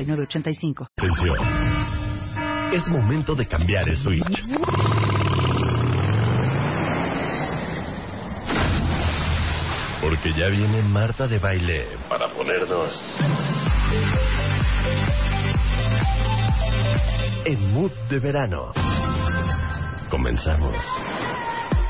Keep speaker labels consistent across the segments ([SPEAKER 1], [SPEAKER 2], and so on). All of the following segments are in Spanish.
[SPEAKER 1] Atención. Es momento de cambiar el switch. Porque ya viene Marta de baile para ponernos en mood de verano. Comenzamos.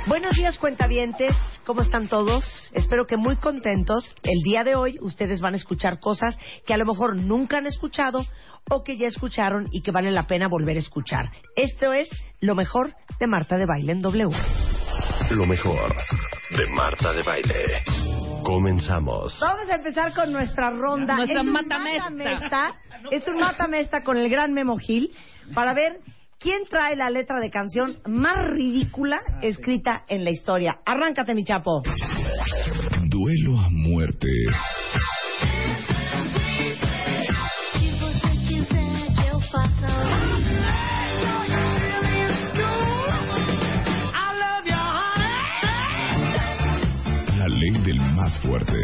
[SPEAKER 2] Buenos días, cuentavientes. ¿Cómo están todos? Espero que muy contentos. El día de hoy ustedes van a escuchar cosas que a lo mejor nunca han escuchado o que ya escucharon y que vale la pena volver a escuchar. Esto es lo mejor de Marta de Baile en W.
[SPEAKER 1] Lo mejor de Marta de baile. Comenzamos.
[SPEAKER 2] Vamos a empezar con nuestra ronda.
[SPEAKER 3] Nuestra
[SPEAKER 2] es un
[SPEAKER 3] matamesta.
[SPEAKER 2] matamesta. Es un matamesta con el gran Memo Gil para ver quién trae la letra de canción más ridícula escrita en la historia. Arráncate, mi chapo.
[SPEAKER 4] Duelo a muerte.
[SPEAKER 5] Que você quiser que eu faça
[SPEAKER 4] La ley del más fuerte.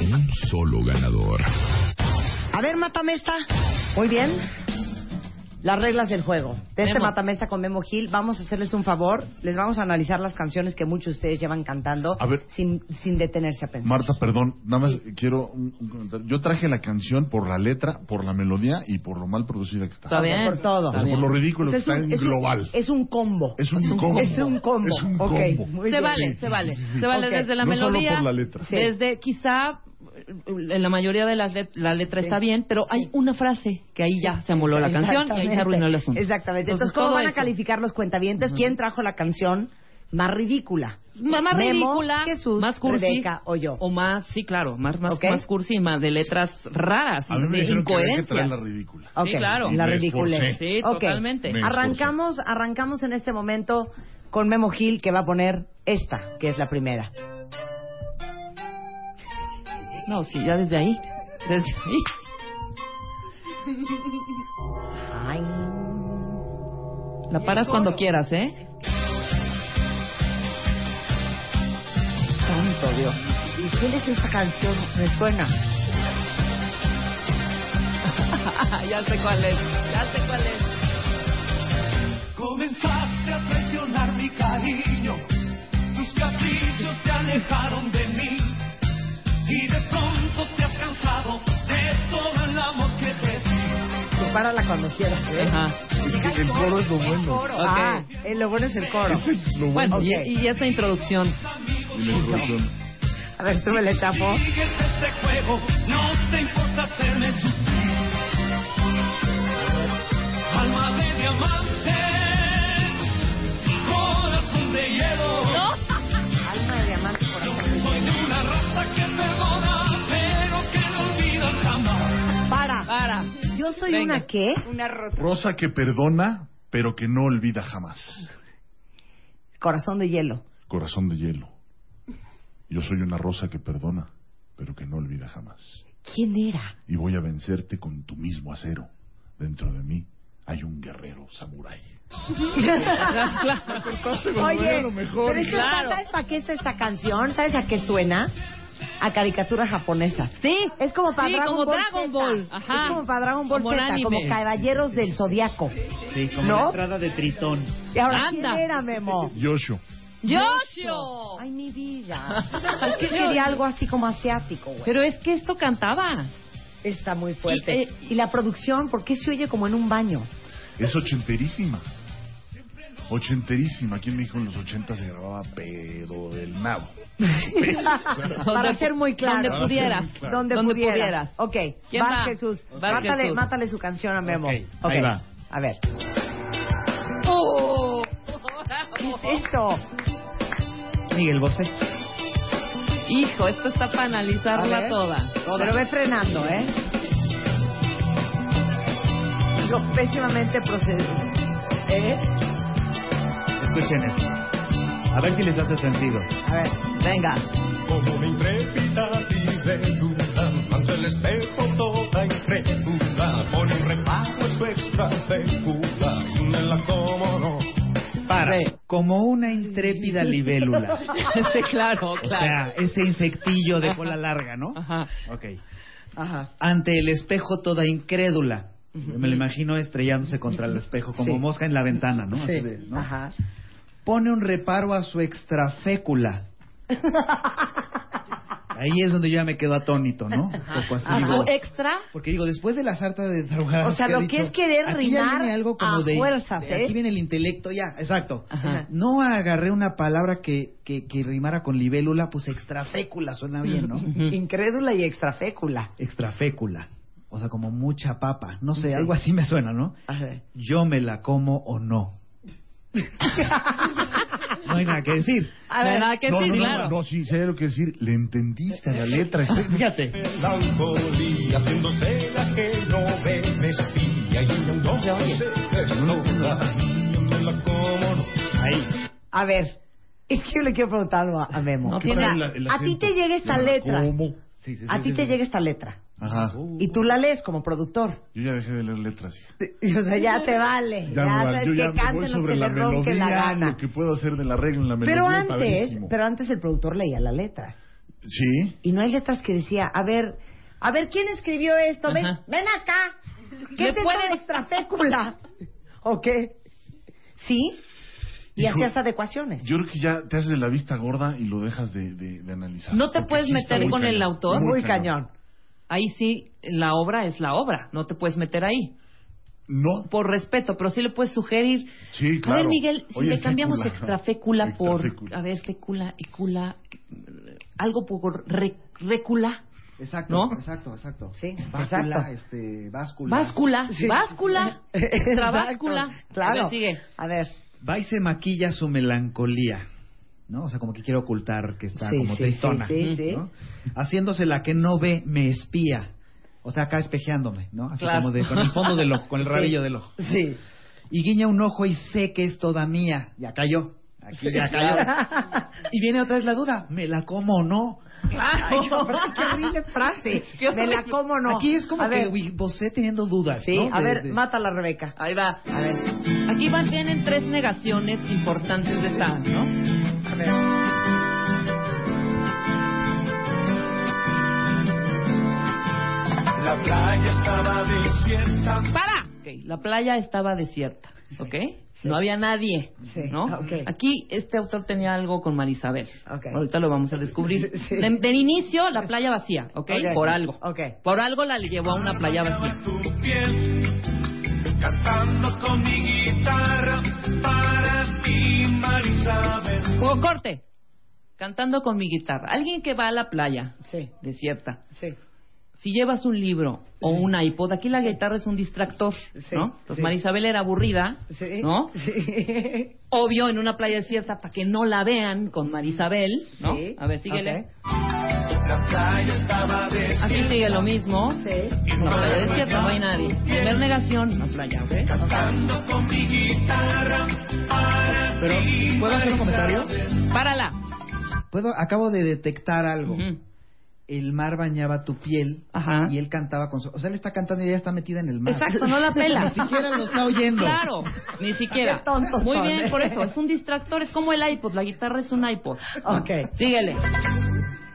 [SPEAKER 4] Un solo ganador.
[SPEAKER 2] A ver, matamesta. Muy bien. Las reglas del juego. De este
[SPEAKER 3] Memo.
[SPEAKER 2] matamesta con Memo Gil, vamos a hacerles un favor. Les vamos a analizar las canciones que muchos de ustedes llevan cantando
[SPEAKER 6] A ver.
[SPEAKER 2] Sin, sin detenerse a pensar.
[SPEAKER 6] Marta, perdón, nada más quiero un, un comentario. Yo traje la canción por la letra, por la melodía y por lo mal producida que está.
[SPEAKER 3] Está bien.
[SPEAKER 2] por todo.
[SPEAKER 6] O sea, por lo ridículo
[SPEAKER 2] Pues
[SPEAKER 6] que está en
[SPEAKER 2] es
[SPEAKER 6] global.
[SPEAKER 2] Es un combo.
[SPEAKER 6] Es un combo.
[SPEAKER 2] Es un combo.
[SPEAKER 6] Es un
[SPEAKER 2] Ok,
[SPEAKER 6] combo.
[SPEAKER 2] muy
[SPEAKER 3] Se
[SPEAKER 2] bien.
[SPEAKER 3] vale, se vale. Se vale
[SPEAKER 2] Ok.
[SPEAKER 3] desde la
[SPEAKER 6] No solo
[SPEAKER 3] melodía.
[SPEAKER 6] por la letra.
[SPEAKER 2] Sí.
[SPEAKER 3] Desde quizá en la mayoría de las let- la letra está bien, pero hay una frase que ahí ya se amoló la canción y ahí se arruinó el asunto.
[SPEAKER 2] Exactamente. Entonces, ¿cómo
[SPEAKER 3] todo
[SPEAKER 2] van a
[SPEAKER 3] eso.
[SPEAKER 2] calificar los cuentavientas? ¿Quién trajo la canción más ridícula?
[SPEAKER 3] M- Más
[SPEAKER 2] Memo,
[SPEAKER 3] ridícula,
[SPEAKER 2] Jesús,
[SPEAKER 3] más cursi
[SPEAKER 2] Rebeca o yo.
[SPEAKER 3] más, sí, claro, más más,
[SPEAKER 2] Ok.
[SPEAKER 3] más cursi, más de letras raras,
[SPEAKER 6] A mí me
[SPEAKER 3] de
[SPEAKER 6] dijeron que había que traer
[SPEAKER 3] incoherencias.
[SPEAKER 6] la ridícula.
[SPEAKER 2] Ok,
[SPEAKER 3] claro.
[SPEAKER 2] La
[SPEAKER 6] Me
[SPEAKER 2] ridiculez.
[SPEAKER 6] esforcé.
[SPEAKER 3] Sí,
[SPEAKER 2] Ok.
[SPEAKER 3] totalmente.
[SPEAKER 6] Me-
[SPEAKER 2] Arrancamos, arrancamos en este momento con Memo Gil que va a poner esta, que es la primera.
[SPEAKER 3] No, sí, ya desde ahí. Desde ahí.
[SPEAKER 2] Ay.
[SPEAKER 3] La paras cuando quieras, ¿eh?
[SPEAKER 2] Santo Dios. ¿Y quién es esta canción? Me suena.
[SPEAKER 3] ya sé cuál es. Ya sé cuál es.
[SPEAKER 7] Comenzaste a traicionar mi cariño, tus caprichos te alejaron de mí y de pronto te has cansado de todo el amor que te di.
[SPEAKER 2] Tú párala cuando quieras. ¿eh?
[SPEAKER 3] Ajá.
[SPEAKER 6] Es que el coro es lo bueno.
[SPEAKER 3] Ok.
[SPEAKER 2] Ah, eh, lo bueno es el coro.
[SPEAKER 6] Ese es lo
[SPEAKER 3] Bueno,
[SPEAKER 6] bueno.
[SPEAKER 2] Ok.
[SPEAKER 3] y, y esta introducción.
[SPEAKER 6] Y la introducción.
[SPEAKER 2] A ver, súbele, chapo.
[SPEAKER 7] Sigues este juego, no te importa hacerme sufrir. Alma de diamante, corazón de hielo.
[SPEAKER 2] Alma de diamante por
[SPEAKER 7] Soy de una raza que perdona, pero que no olvida jamás.
[SPEAKER 2] Para.
[SPEAKER 3] Para.
[SPEAKER 2] Yo soy
[SPEAKER 3] Venga.
[SPEAKER 2] una qué?
[SPEAKER 6] Rosa que perdona, pero que no olvida jamás.
[SPEAKER 2] Corazón de hielo.
[SPEAKER 6] Corazón de hielo. Yo soy una rosa que perdona, pero que no olvida jamás.
[SPEAKER 2] ¿Quién era?
[SPEAKER 6] Y voy a vencerte con tu mismo acero. Dentro de mí hay un guerrero samurái.
[SPEAKER 2] Oye, pero es que
[SPEAKER 3] Claro.
[SPEAKER 2] ¿sabes para qué está esta canción? ¿Sabes a qué suena? A caricatura japonesa.
[SPEAKER 3] Sí.
[SPEAKER 2] Es como para
[SPEAKER 3] Sí,
[SPEAKER 2] Dragon
[SPEAKER 3] como
[SPEAKER 2] Ball
[SPEAKER 3] Dragon
[SPEAKER 2] Z.
[SPEAKER 3] Ball. Ajá.
[SPEAKER 2] Es como para Dragon Ball
[SPEAKER 3] Como en
[SPEAKER 2] Z,
[SPEAKER 3] anime.
[SPEAKER 2] como Caballeros del Zodiaco.
[SPEAKER 8] Sí, como
[SPEAKER 2] ¿No?
[SPEAKER 8] la entrada de Tritón.
[SPEAKER 2] Y ahora, ¿quién
[SPEAKER 3] Anda.
[SPEAKER 2] era, Memo?
[SPEAKER 6] Yoshio.
[SPEAKER 3] ¡Yoshio!
[SPEAKER 2] Ay, mi vida. Es que quería algo así como asiático, güey.
[SPEAKER 3] Pero es que esto cantaba.
[SPEAKER 2] Está muy fuerte.
[SPEAKER 3] Y, eh,
[SPEAKER 2] y la producción, ¿por qué se oye como en un baño?
[SPEAKER 6] Es ochenterísima. Ochenterísima. Aquí en México en los ochenta se grababa pedo del nabo.
[SPEAKER 2] Para ser muy claro.
[SPEAKER 3] Donde pudieras.
[SPEAKER 6] Claro.
[SPEAKER 2] Donde,
[SPEAKER 3] Donde
[SPEAKER 2] pudieras.
[SPEAKER 3] pudieras.
[SPEAKER 2] Ok.
[SPEAKER 3] ¿Quién
[SPEAKER 2] Vas,
[SPEAKER 3] va?
[SPEAKER 2] Jesús.
[SPEAKER 3] Vas,
[SPEAKER 2] mátale,
[SPEAKER 3] Jesús.
[SPEAKER 2] mátale su canción a Memo.
[SPEAKER 8] Ok, ahí
[SPEAKER 2] Ok,
[SPEAKER 8] va.
[SPEAKER 2] A ver.
[SPEAKER 3] ¡Oh!
[SPEAKER 2] ¿Qué es esto?
[SPEAKER 6] Miguel Bosé.
[SPEAKER 4] Hijo, esto está para
[SPEAKER 2] A
[SPEAKER 4] analizarla
[SPEAKER 2] ver.
[SPEAKER 4] toda.
[SPEAKER 2] Pero ve frenando, ¿eh? Lo pésimamente procedido. ¿Eh?
[SPEAKER 6] Escuchen esto. A ver si les hace sentido.
[SPEAKER 2] A ver.
[SPEAKER 4] Venga.
[SPEAKER 9] Como mi intrépida libélula, ante el espejo toda incrédula, por un repaso en su extrafecula, y me la como no.
[SPEAKER 6] Para.
[SPEAKER 4] Sí.
[SPEAKER 6] Como una intrépida libélula.
[SPEAKER 4] sí, claro,
[SPEAKER 6] O
[SPEAKER 4] claro. Ah.
[SPEAKER 6] sea, ese insectillo de cola larga, ¿no?
[SPEAKER 4] Ajá.
[SPEAKER 6] Ok.
[SPEAKER 2] Ajá.
[SPEAKER 6] Ante el espejo toda incrédula. Me lo imagino estrellándose contra el espejo como
[SPEAKER 2] Sí.
[SPEAKER 6] mosca en la ventana, ¿no? Así
[SPEAKER 2] Sí.
[SPEAKER 6] de, ¿no?
[SPEAKER 2] Ajá.
[SPEAKER 6] Pone un reparo a su extrafécula. Ahí es donde yo ya me quedo atónito, ¿no? Un poco así.
[SPEAKER 4] A
[SPEAKER 6] digo,
[SPEAKER 4] su extra.
[SPEAKER 6] Porque digo, después de la sarta de tarugadas
[SPEAKER 2] O sea,
[SPEAKER 6] ha
[SPEAKER 2] lo que
[SPEAKER 6] dicho,
[SPEAKER 2] es querer
[SPEAKER 6] aquí ya
[SPEAKER 2] rimar
[SPEAKER 6] viene algo como
[SPEAKER 2] a
[SPEAKER 6] de,
[SPEAKER 2] fuerzas,
[SPEAKER 6] de
[SPEAKER 2] ¿eh? Ah.
[SPEAKER 6] Aquí viene el intelecto, ya, exacto.
[SPEAKER 4] Ajá.
[SPEAKER 6] No agarré una palabra que, que, que rimara con libélula, pues extrafécula suena bien, ¿no?
[SPEAKER 2] Incrédula y extrafécula.
[SPEAKER 6] extrafécula. O sea, como mucha papa. No sé, algo así me suena, ¿no?
[SPEAKER 2] A ver.
[SPEAKER 6] Yo me la como o no. no hay nada que decir.
[SPEAKER 2] A ver.
[SPEAKER 4] ¿Verdad que
[SPEAKER 10] no,
[SPEAKER 4] sí,
[SPEAKER 10] no, no,
[SPEAKER 4] claro?
[SPEAKER 10] no, sí, sí, hay algo que decir, le entendiste a la letra.
[SPEAKER 6] Fíjate.
[SPEAKER 9] Melancolía, haciéndose la que no me vestía, y un doce se desnuda, y me la como no.
[SPEAKER 6] Ahí.
[SPEAKER 2] A ver. Es que yo le quiero preguntar algo a- a Memo.
[SPEAKER 4] No
[SPEAKER 2] O
[SPEAKER 4] tiene
[SPEAKER 2] sea,
[SPEAKER 4] la-
[SPEAKER 10] el
[SPEAKER 2] a ti
[SPEAKER 10] acento.
[SPEAKER 2] te llega esta letra.
[SPEAKER 10] ¿Cómo?
[SPEAKER 6] Sí, sí, sí,
[SPEAKER 2] A ti
[SPEAKER 6] sí,
[SPEAKER 2] te
[SPEAKER 6] sí.
[SPEAKER 2] llega esta letra.
[SPEAKER 10] Ajá.
[SPEAKER 2] Y tú la lees como productor.
[SPEAKER 10] Yo ya dejé de leer letras. hija.
[SPEAKER 2] Y, O sea, ya te vale.
[SPEAKER 10] Ya, me va-
[SPEAKER 2] sabes
[SPEAKER 10] yo
[SPEAKER 2] que
[SPEAKER 10] ya me voy
[SPEAKER 2] canten lo que
[SPEAKER 10] sobre la
[SPEAKER 2] le ronque la
[SPEAKER 10] melodía,
[SPEAKER 2] gana.
[SPEAKER 10] lo que puedo hacer del arreglo en la melodía.
[SPEAKER 2] Pero antes,
[SPEAKER 10] padrísimo.
[SPEAKER 2] pero antes el productor leía la letra.
[SPEAKER 10] Sí.
[SPEAKER 2] Y no hay letras que decía, a ver, a ver, ¿quién escribió esto? Ven,
[SPEAKER 4] Ajá.
[SPEAKER 2] ven acá. ¿Qué
[SPEAKER 4] ¿Le
[SPEAKER 2] es esto
[SPEAKER 4] pueden-
[SPEAKER 2] de extrafécula? ¿O qué? ¿Sí? Y
[SPEAKER 10] Hijo,
[SPEAKER 2] hacías adecuaciones.
[SPEAKER 10] Yo creo que ya te haces de la vista gorda y lo dejas de, de- de analizar.
[SPEAKER 4] No te
[SPEAKER 10] Porque
[SPEAKER 4] puedes
[SPEAKER 10] sí está
[SPEAKER 4] meter
[SPEAKER 10] muy
[SPEAKER 4] con
[SPEAKER 10] cañón.
[SPEAKER 4] el autor.
[SPEAKER 10] Está
[SPEAKER 2] Muy cañón.
[SPEAKER 4] Ahí sí, la obra es la obra. No te puedes meter ahí.
[SPEAKER 10] No.
[SPEAKER 4] Por respeto, pero sí le puedes sugerir.
[SPEAKER 10] Sí,
[SPEAKER 4] A
[SPEAKER 10] claro.
[SPEAKER 4] ver, Miguel, si
[SPEAKER 10] Oye,
[SPEAKER 4] le cambiamos
[SPEAKER 10] fécula.
[SPEAKER 4] extrafécula por.
[SPEAKER 10] Extrafécula.
[SPEAKER 4] A ver, fécula, écula. eh, Algo por. re- récula.
[SPEAKER 6] Exacto,
[SPEAKER 4] ¿No?
[SPEAKER 6] exacto, exacto.
[SPEAKER 2] Sí,
[SPEAKER 6] Báscula,
[SPEAKER 2] exacto.
[SPEAKER 6] este, báscula.
[SPEAKER 4] Báscula,
[SPEAKER 2] Sí.
[SPEAKER 4] báscula, extraváscula.
[SPEAKER 2] Exacto, Claro.
[SPEAKER 4] A ver, sigue.
[SPEAKER 2] A ver.
[SPEAKER 6] Va y se maquilla su melancolía. ¿No? O sea, como que quiere ocultar que está
[SPEAKER 2] Sí,
[SPEAKER 6] como
[SPEAKER 2] sí,
[SPEAKER 6] tristona.
[SPEAKER 2] sí, sí, sí.
[SPEAKER 6] ¿no? Haciéndose la que no ve, me espía. O sea, acá espejeándome, ¿no? Así
[SPEAKER 4] Claro.
[SPEAKER 6] como de, con el fondo del ojo, con el rabillo del ojo.
[SPEAKER 2] Sí.
[SPEAKER 6] y guiña un ojo y sé que es toda mía. Ya cayó. Aquí ya cayó. Y viene otra vez la duda, ¿me la como o no?
[SPEAKER 2] Ay, hombre, qué horrible frase.
[SPEAKER 4] Qué
[SPEAKER 2] Me la
[SPEAKER 4] horrible.
[SPEAKER 2] como no.
[SPEAKER 6] Aquí es como
[SPEAKER 2] a
[SPEAKER 6] que
[SPEAKER 2] ver,
[SPEAKER 6] uy, vosé teniendo dudas,
[SPEAKER 2] Sí,
[SPEAKER 6] ¿no?
[SPEAKER 2] a
[SPEAKER 6] De-
[SPEAKER 2] ver,
[SPEAKER 6] de-
[SPEAKER 2] mátala, Rebeca.
[SPEAKER 4] Ahí va.
[SPEAKER 2] A ver,
[SPEAKER 4] Aquí van, vienen tres negaciones importantes de esta, ¿no?
[SPEAKER 2] a ver.
[SPEAKER 9] La playa estaba desierta,
[SPEAKER 4] ¡Para! Ok, la playa estaba desierta, ¿ok? No había nadie,
[SPEAKER 2] Sí,
[SPEAKER 4] ¿no?
[SPEAKER 2] ah, ok.
[SPEAKER 4] Aquí este autor tenía algo con Marisabel.
[SPEAKER 2] Ok.
[SPEAKER 4] Ahorita lo vamos a descubrir.
[SPEAKER 2] Sí, sí.
[SPEAKER 4] De, del inicio, la playa vacía, ¿ok?
[SPEAKER 2] Ok,
[SPEAKER 4] Por algo.
[SPEAKER 2] ok.
[SPEAKER 4] Por algo la llevó a una playa vacía.
[SPEAKER 9] en tu piel, cantando con mi guitarra para ti, Marisabel.
[SPEAKER 4] Juego corte. Cantando con mi guitarra. Alguien que va a la playa
[SPEAKER 2] Sí,
[SPEAKER 4] desierta.
[SPEAKER 2] sí.
[SPEAKER 4] si llevas un libro o un iPod, aquí la guitarra es un distractor,
[SPEAKER 2] Sí,
[SPEAKER 4] ¿no? Entonces
[SPEAKER 2] sí.
[SPEAKER 4] Marisabel era aburrida,
[SPEAKER 2] Sí.
[SPEAKER 4] ¿no?
[SPEAKER 2] Sí.
[SPEAKER 4] Obvio, en una playa desierta, para que no la vean con Marisabel, ¿no?
[SPEAKER 2] Sí.
[SPEAKER 4] A ver, síguele.
[SPEAKER 2] Ok.
[SPEAKER 9] La playa estaba desierta.
[SPEAKER 4] Aquí sigue lo mismo.
[SPEAKER 2] Sí.
[SPEAKER 4] Una playa desierta, no hay nadie. Primer negación, una playa, ¿ok?
[SPEAKER 9] Cantando con mi guitarra para
[SPEAKER 6] Pero,
[SPEAKER 9] ti,
[SPEAKER 6] ¿puedo hacer un comentario?
[SPEAKER 9] Marisabel.
[SPEAKER 4] Párala.
[SPEAKER 6] Puedo, acabo de detectar algo.
[SPEAKER 4] Ujú.
[SPEAKER 6] El mar bañaba tu piel
[SPEAKER 4] Ajá.
[SPEAKER 6] y él cantaba con su... O sea, él está cantando y ella está metida en el mar.
[SPEAKER 4] Exacto, no la pela.
[SPEAKER 6] Ni siquiera lo está oyendo.
[SPEAKER 4] Claro, ni siquiera.
[SPEAKER 2] Qué tontos
[SPEAKER 4] Muy
[SPEAKER 2] son,
[SPEAKER 4] bien,
[SPEAKER 2] ¿eh?
[SPEAKER 4] por eso, es un distractor, es como el iPod, la guitarra es un iPod.
[SPEAKER 2] Ok.
[SPEAKER 4] Síguele.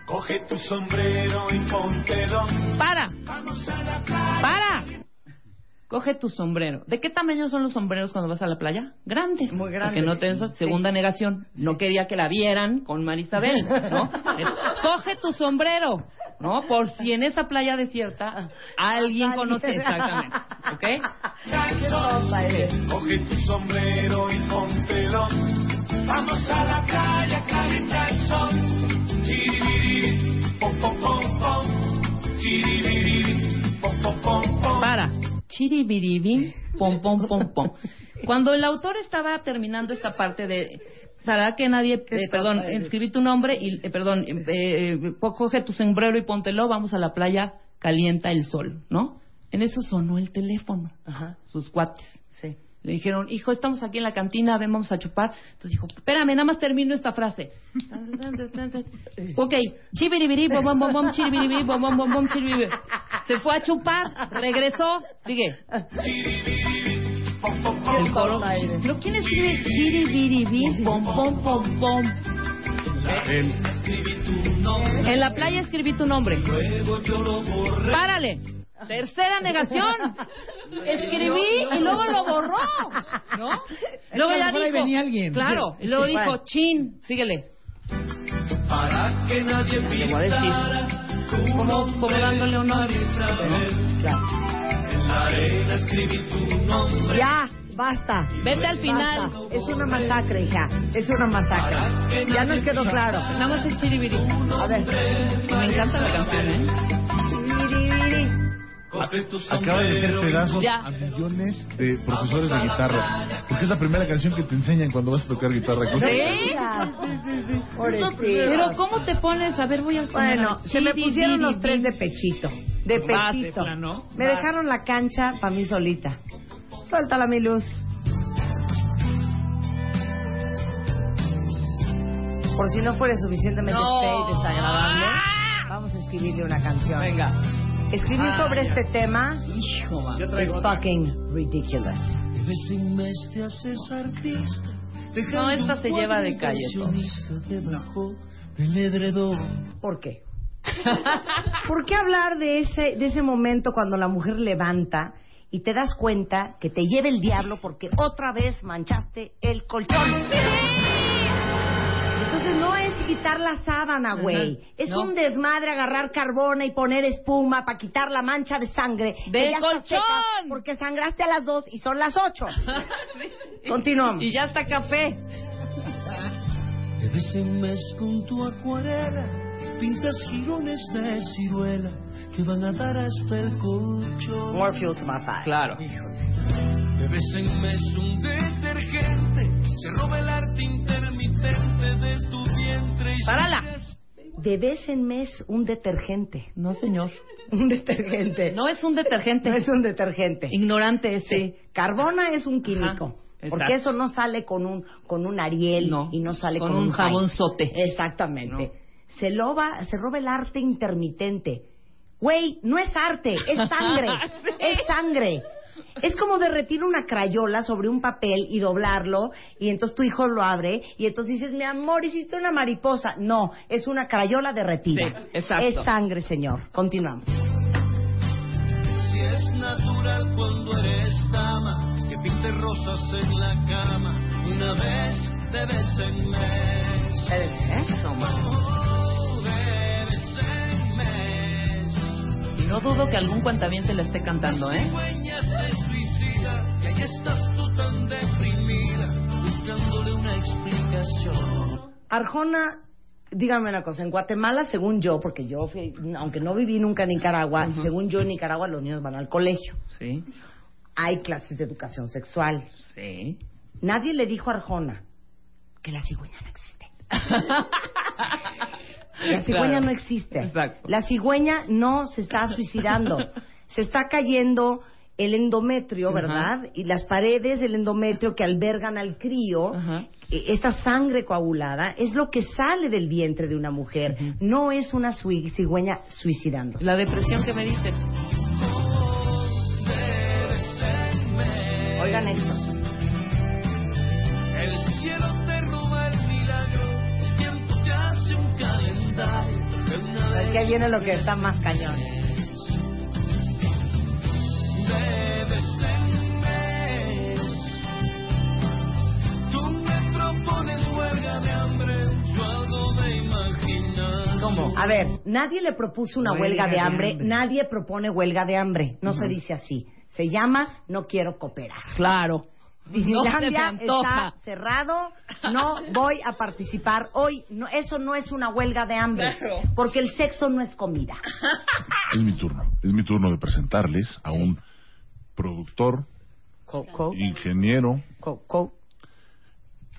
[SPEAKER 9] Coge tu sombrero y póntelo.
[SPEAKER 4] Para.
[SPEAKER 9] Vamos a la playa.
[SPEAKER 4] ¡Para! Coge tu sombrero. ¿De qué tamaño son los sombreros cuando vas a la playa? Grandes.
[SPEAKER 2] Muy grandes.
[SPEAKER 4] Porque no te
[SPEAKER 2] Sí.
[SPEAKER 4] Segunda negación. No quería que la vieran con Marisabel, ¿no? Coge tu sombrero, ¿no? Por si en esa playa desierta
[SPEAKER 2] Ah,
[SPEAKER 4] alguien conoce exactamente. ¿Ok?
[SPEAKER 2] Qué tonta eres.
[SPEAKER 9] Coge tu sombrero y póntelo. Vamos a la playa, calienta el sol. Chiribiri, pom pom pom pom. Chiribiri, pom pom pom pom.
[SPEAKER 4] Para. Chiribiribi, pom, pom, pom, pom. Cuando el autor estaba terminando esta parte de para que nadie, eh,
[SPEAKER 2] Qué
[SPEAKER 4] perdón,
[SPEAKER 2] padre.
[SPEAKER 4] escribí tu nombre y, eh, perdón, eh, eh, po- coge tu sombrero y póntelo, vamos a la playa, calienta el sol, ¿no? En eso sonó el teléfono,
[SPEAKER 2] Ajá,
[SPEAKER 4] sus cuates.
[SPEAKER 2] sí.
[SPEAKER 4] Le dijeron, hijo, estamos aquí en la cantina, ven, vamos a chupar. Entonces dijo, espérame, nada más termino esta frase. ok, chibiribiri, bom, bom, bom, bom, chiribiribiri, bom, bom, bom, bom, chiribiribiri. Se fue a chupar, regresó, sigue. El coro, ¿Pero quién escribe chiribiribiri, bom, bom, bom, bom?
[SPEAKER 9] Él.
[SPEAKER 4] En la playa escribí tu nombre. Párale. Tercera negación. Escribí y luego lo borró. ¿No? Luego
[SPEAKER 11] que a lo
[SPEAKER 4] ya
[SPEAKER 11] mejor
[SPEAKER 4] dijo.
[SPEAKER 11] ahí venía alguien.
[SPEAKER 4] Claro. Y luego dijo, chin, síguele.
[SPEAKER 6] Para que nadie
[SPEAKER 4] Como, como dándole un nombre.
[SPEAKER 2] Ya, basta.
[SPEAKER 4] Vete al final.
[SPEAKER 2] Basta. Es una masacre, hija. Es una masacre. Ya nos quedó claro.
[SPEAKER 4] Nada más el chiribiri.
[SPEAKER 2] A ver.
[SPEAKER 4] Me encanta la canción, ¿eh?
[SPEAKER 9] Acaba de ser pedazos
[SPEAKER 4] Ya.
[SPEAKER 9] a millones de profesores de guitarra. Porque es la primera canción que te enseñan cuando vas a tocar guitarra. Cosa que-
[SPEAKER 4] ¿Sí?
[SPEAKER 2] Pobrecito.
[SPEAKER 4] Pero ¿cómo te pones? A ver, voy a poner.
[SPEAKER 2] Bueno, se me pusieron los tres de pechito. De
[SPEAKER 11] Vas, Ah, de
[SPEAKER 2] pechito.
[SPEAKER 11] plano.
[SPEAKER 2] Me
[SPEAKER 11] Vas.
[SPEAKER 2] dejaron la cancha para mí solita. Suéltala, mi luz. Por si no fuera suficientemente
[SPEAKER 4] No.
[SPEAKER 2] fea y desagradable,
[SPEAKER 4] Ah.
[SPEAKER 2] vamos a escribirle una canción.
[SPEAKER 11] Venga.
[SPEAKER 2] Escribir
[SPEAKER 11] Ah,
[SPEAKER 2] sobre
[SPEAKER 11] ya.
[SPEAKER 2] este tema
[SPEAKER 11] Hijo, man. Yo
[SPEAKER 2] es
[SPEAKER 11] traigo otra.
[SPEAKER 2] fucking ridiculous.
[SPEAKER 4] No, esta se lleva de calle. entonces.
[SPEAKER 2] ¿Por qué? ¿Por qué hablar de ese, de ese momento cuando la mujer levanta y te das cuenta que te lleva el diablo porque otra vez manchaste el colchón? Entonces no es quitar la sábana, güey.
[SPEAKER 4] Ajá.
[SPEAKER 2] Es
[SPEAKER 4] No.
[SPEAKER 2] un desmadre agarrar carbona y poner espuma para quitar la mancha de sangre. que
[SPEAKER 4] ¡Del
[SPEAKER 2] ya está
[SPEAKER 4] colchón!
[SPEAKER 2] seca Porque sangraste a las dos y son las ocho. Continuamos.
[SPEAKER 4] Y ya está café.
[SPEAKER 6] De vez en mes con tu acuarela pintas girones de ciruela que van a dar hasta el colchón.
[SPEAKER 2] More fuel to my fire.
[SPEAKER 4] Claro.
[SPEAKER 6] De vez en mes un detergente se roba el arte intermitente de tu vientre y
[SPEAKER 4] Párala.
[SPEAKER 2] De vez en mes un detergente.
[SPEAKER 4] No, señor.
[SPEAKER 2] Un detergente.
[SPEAKER 4] No es un detergente.
[SPEAKER 2] No es un detergente.
[SPEAKER 4] Ignorante ese.
[SPEAKER 2] Sí, carbona es un químico.
[SPEAKER 4] exacto.
[SPEAKER 2] Porque eso no sale con un con un Ariel
[SPEAKER 4] No,
[SPEAKER 2] y no sale con, Eh.
[SPEAKER 4] con un
[SPEAKER 2] Tide.
[SPEAKER 4] jabonzote.
[SPEAKER 2] Exactamente. Se loba, se roba el arte intermitente. Güey, no es arte, es sangre,
[SPEAKER 4] Sí.
[SPEAKER 2] es sangre. Es como derretir una crayola sobre un papel y doblarlo y entonces tu hijo lo abre y entonces dices, "Mi amor, hiciste una mariposa." No, es una crayola derretida.
[SPEAKER 4] Sí, exacto.
[SPEAKER 2] Es sangre, señor. Continuamos.
[SPEAKER 6] Si es natural cuando eres dama que pinte rosas en la cama una vez de vez en mes.
[SPEAKER 2] Eh, ¿eh?
[SPEAKER 6] Oh, de vez en mes.
[SPEAKER 4] Y no dudo que algún cuantambién se la esté cantando, ¿eh?
[SPEAKER 6] Sueña se suicida y ahí estás tú tan deprimida buscándole una explicación.
[SPEAKER 2] Arjona, dígame una cosa, en Guatemala, según yo, porque yo, fui- aunque no viví nunca en Nicaragua, según yo en Nicaragua los niños van al colegio.
[SPEAKER 4] Sí.
[SPEAKER 2] Hay clases de educación sexual.
[SPEAKER 4] Sí.
[SPEAKER 2] Nadie le dijo a Arjona que la cigüeña no existe. La cigüeña no existe.
[SPEAKER 4] Exacto.
[SPEAKER 2] La cigüeña no se está suicidando. se está cayendo el endometrio, ¿verdad? Y las paredes del endometrio que albergan al crío,
[SPEAKER 4] Ajá.
[SPEAKER 2] eh, esta sangre coagulada, es lo que sale del vientre de una mujer. No es una sui- cigüeña suicidándose.
[SPEAKER 4] La depresión que me dices.
[SPEAKER 2] Oigan esto.
[SPEAKER 6] El cielo te roba el milagro, el tiempo te hace un calendario. de una vez
[SPEAKER 2] Aquí viene lo que está más cañón.
[SPEAKER 6] debes en mes. Tú me propones huelga de hambre, yo algo de imaginar.
[SPEAKER 2] ¿Cómo? A ver, nadie le propuso una huelga, de, hambre, nadie propone huelga de hambre, no se dice así. Se llama no quiero cooperar.
[SPEAKER 4] Claro. se me
[SPEAKER 2] Disneylandia
[SPEAKER 4] antoja.
[SPEAKER 2] está cerrado, no voy a participar hoy. No, eso no es una huelga de hambre,
[SPEAKER 4] Claro.
[SPEAKER 2] porque el sexo no es comida.
[SPEAKER 9] Es mi turno. Es mi turno de presentarles a un productor,
[SPEAKER 2] Co- co-
[SPEAKER 9] ingeniero,
[SPEAKER 2] co- co-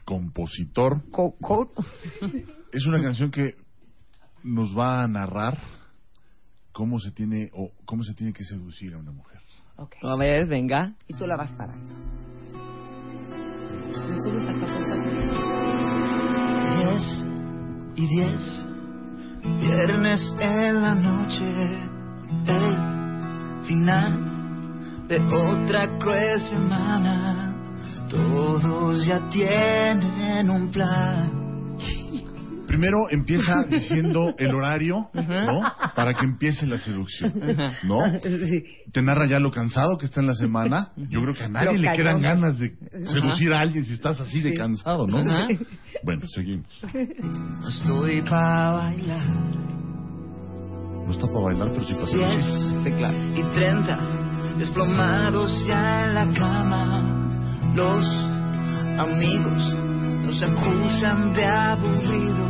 [SPEAKER 6] compositor.
[SPEAKER 2] Co- co-
[SPEAKER 6] Es una canción que nos va a narrar cómo se tiene o cómo se tiene que seducir a una mujer.
[SPEAKER 2] Ok.
[SPEAKER 4] A ver, venga.
[SPEAKER 2] Y tú la vas parando.
[SPEAKER 9] Diez y diez, viernes en la noche, el final de otra cruel semana. Todos ya tienen un plan.
[SPEAKER 6] Primero empieza diciendo el horario, ¿no? Para que empiece la seducción, ¿no? Te narra ya lo cansado que está en la semana. Yo creo que a nadie
[SPEAKER 2] Lo
[SPEAKER 6] le quedan
[SPEAKER 2] cañón.
[SPEAKER 6] ganas de seducir a alguien si estás así de cansado, ¿no?
[SPEAKER 4] Ajá.
[SPEAKER 6] Bueno, seguimos.
[SPEAKER 9] No estoy para bailar.
[SPEAKER 6] No está para bailar, pero sí para
[SPEAKER 9] Diez
[SPEAKER 6] seducir.
[SPEAKER 9] y treinta, desplomados ya en la cama. Los amigos nos acusan de aburridos.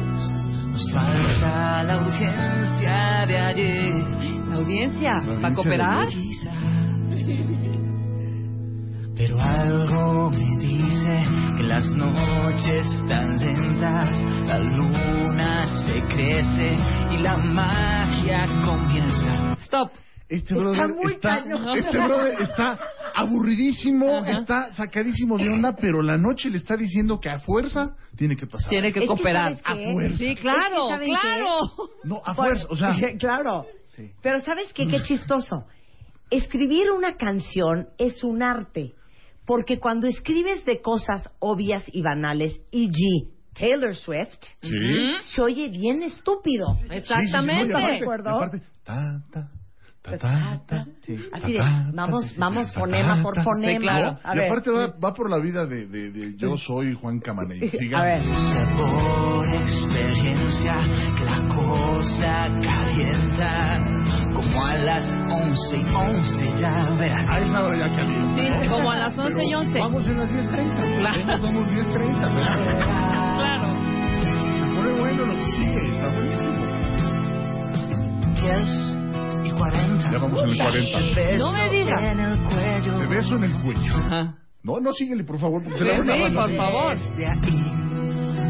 [SPEAKER 9] Nos falta la urgencia de ayer.
[SPEAKER 4] La audiencia,
[SPEAKER 6] audiencia
[SPEAKER 4] ¿va a
[SPEAKER 6] de
[SPEAKER 4] cooperar?
[SPEAKER 9] Quizás. Pero algo me dice que las noches tan lentas, la luna se crece y la magia comienza.
[SPEAKER 4] Stop.
[SPEAKER 6] Este brother
[SPEAKER 2] muy
[SPEAKER 6] está,
[SPEAKER 2] cañón.
[SPEAKER 6] este brother está aburridísimo,
[SPEAKER 4] Ajá.
[SPEAKER 6] está sacadísimo de onda, pero la noche le está diciendo que a fuerza tiene que pasar.
[SPEAKER 4] Tiene que
[SPEAKER 2] Es que,
[SPEAKER 4] cooperar.
[SPEAKER 2] ¿sabes qué?
[SPEAKER 6] A fuerza.
[SPEAKER 4] Sí, claro,
[SPEAKER 2] ¿saben qué?
[SPEAKER 4] claro.
[SPEAKER 6] No, a fuerza, o sea,
[SPEAKER 2] claro. Pero ¿sabes qué?
[SPEAKER 6] Mm.
[SPEAKER 2] Qué chistoso. Escribir una canción es un arte, porque cuando escribes de cosas obvias y banales, e.g. Taylor Swift,
[SPEAKER 6] sí.
[SPEAKER 2] se oye bien estúpido.
[SPEAKER 4] ¿Mm? Exactamente.
[SPEAKER 6] Sí, sí, sí, no, y
[SPEAKER 2] ¿De acuerdo?
[SPEAKER 6] y aparte, ta, ta, ta, ta, ta,
[SPEAKER 2] Así de,
[SPEAKER 6] ta, ta,
[SPEAKER 2] vamos-
[SPEAKER 6] ta, ta,
[SPEAKER 2] vamos
[SPEAKER 6] ta,
[SPEAKER 2] fonema
[SPEAKER 6] ta,
[SPEAKER 2] por
[SPEAKER 6] ta.
[SPEAKER 2] fonema.
[SPEAKER 6] Sí,
[SPEAKER 4] claro.
[SPEAKER 2] A
[SPEAKER 6] Y
[SPEAKER 2] ver.
[SPEAKER 6] aparte va, va por la vida de, de- de yo soy Juan Camaney.
[SPEAKER 2] A ver.
[SPEAKER 9] por experiencia que la cosa calienta como a las once y once ya verás
[SPEAKER 6] A esa hora ya calienta.
[SPEAKER 4] Sí,
[SPEAKER 6] ¿no?
[SPEAKER 4] como a las 11 y
[SPEAKER 6] Pero
[SPEAKER 4] 11.
[SPEAKER 6] Vamos en las 10.30.
[SPEAKER 4] Claro.
[SPEAKER 6] Nos vamos 10.30. ¿verdad?
[SPEAKER 4] Claro.
[SPEAKER 6] Se pone bueno lo que sigue. Está buenísimo.
[SPEAKER 9] diez y cuarenta
[SPEAKER 6] Ya vamos en el 40.
[SPEAKER 9] Beso
[SPEAKER 4] No me digas.
[SPEAKER 9] en el cuello
[SPEAKER 6] Te beso en el cuello.
[SPEAKER 4] Ajá.
[SPEAKER 6] No, no, síguele, por favor. porque
[SPEAKER 4] Sí,
[SPEAKER 6] la verdad
[SPEAKER 4] sí,
[SPEAKER 6] no
[SPEAKER 4] por
[SPEAKER 6] sé.
[SPEAKER 4] favor.
[SPEAKER 9] desde ahí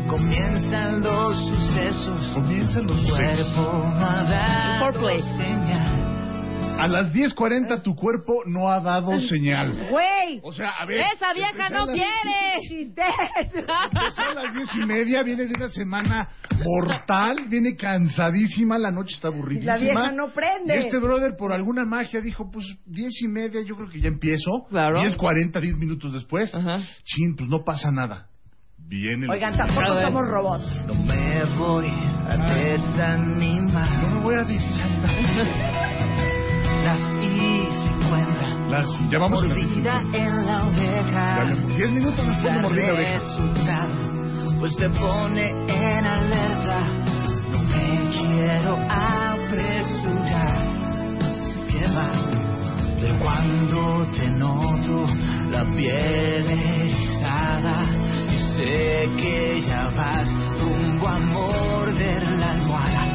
[SPEAKER 9] comienzan los sucesos
[SPEAKER 6] Comienzan los
[SPEAKER 9] tu
[SPEAKER 6] sexos.
[SPEAKER 9] cuerpo no ha dado
[SPEAKER 4] Foreplay.
[SPEAKER 9] señal
[SPEAKER 6] A las 10.40 tu cuerpo no ha dado señal.
[SPEAKER 2] ¡Güey!
[SPEAKER 6] O sea, a ver.
[SPEAKER 4] Esa vieja
[SPEAKER 6] empecé a
[SPEAKER 4] no
[SPEAKER 6] las-
[SPEAKER 4] quiere.
[SPEAKER 6] Empezó a las diez y media, viene de una semana mortal, viene cansadísima, la noche está aburridísima.
[SPEAKER 2] La vieja no prende.
[SPEAKER 6] Y este brother, por alguna magia, dijo, pues diez y media, yo creo que ya empiezo.
[SPEAKER 4] Claro.
[SPEAKER 6] Diez cuarenta, diez minutos después.
[SPEAKER 4] Ajá.
[SPEAKER 6] Chin, pues no pasa nada. Viene. la-
[SPEAKER 2] Oigan, tampoco somos robots.
[SPEAKER 9] no me voy a desanimar
[SPEAKER 6] No me voy a decir.
[SPEAKER 9] las y cincuenta
[SPEAKER 6] Las- Ya vamos. a las-
[SPEAKER 9] mordida en la
[SPEAKER 6] Ya,
[SPEAKER 9] oreja
[SPEAKER 6] ya, Diez minutos después de
[SPEAKER 9] da
[SPEAKER 6] morder la oreja.
[SPEAKER 9] resultado pues te pone en alerta no me quiero apresurar que va de cuando te noto la piel erizada y sé que ya vas rumbo a morder la almohada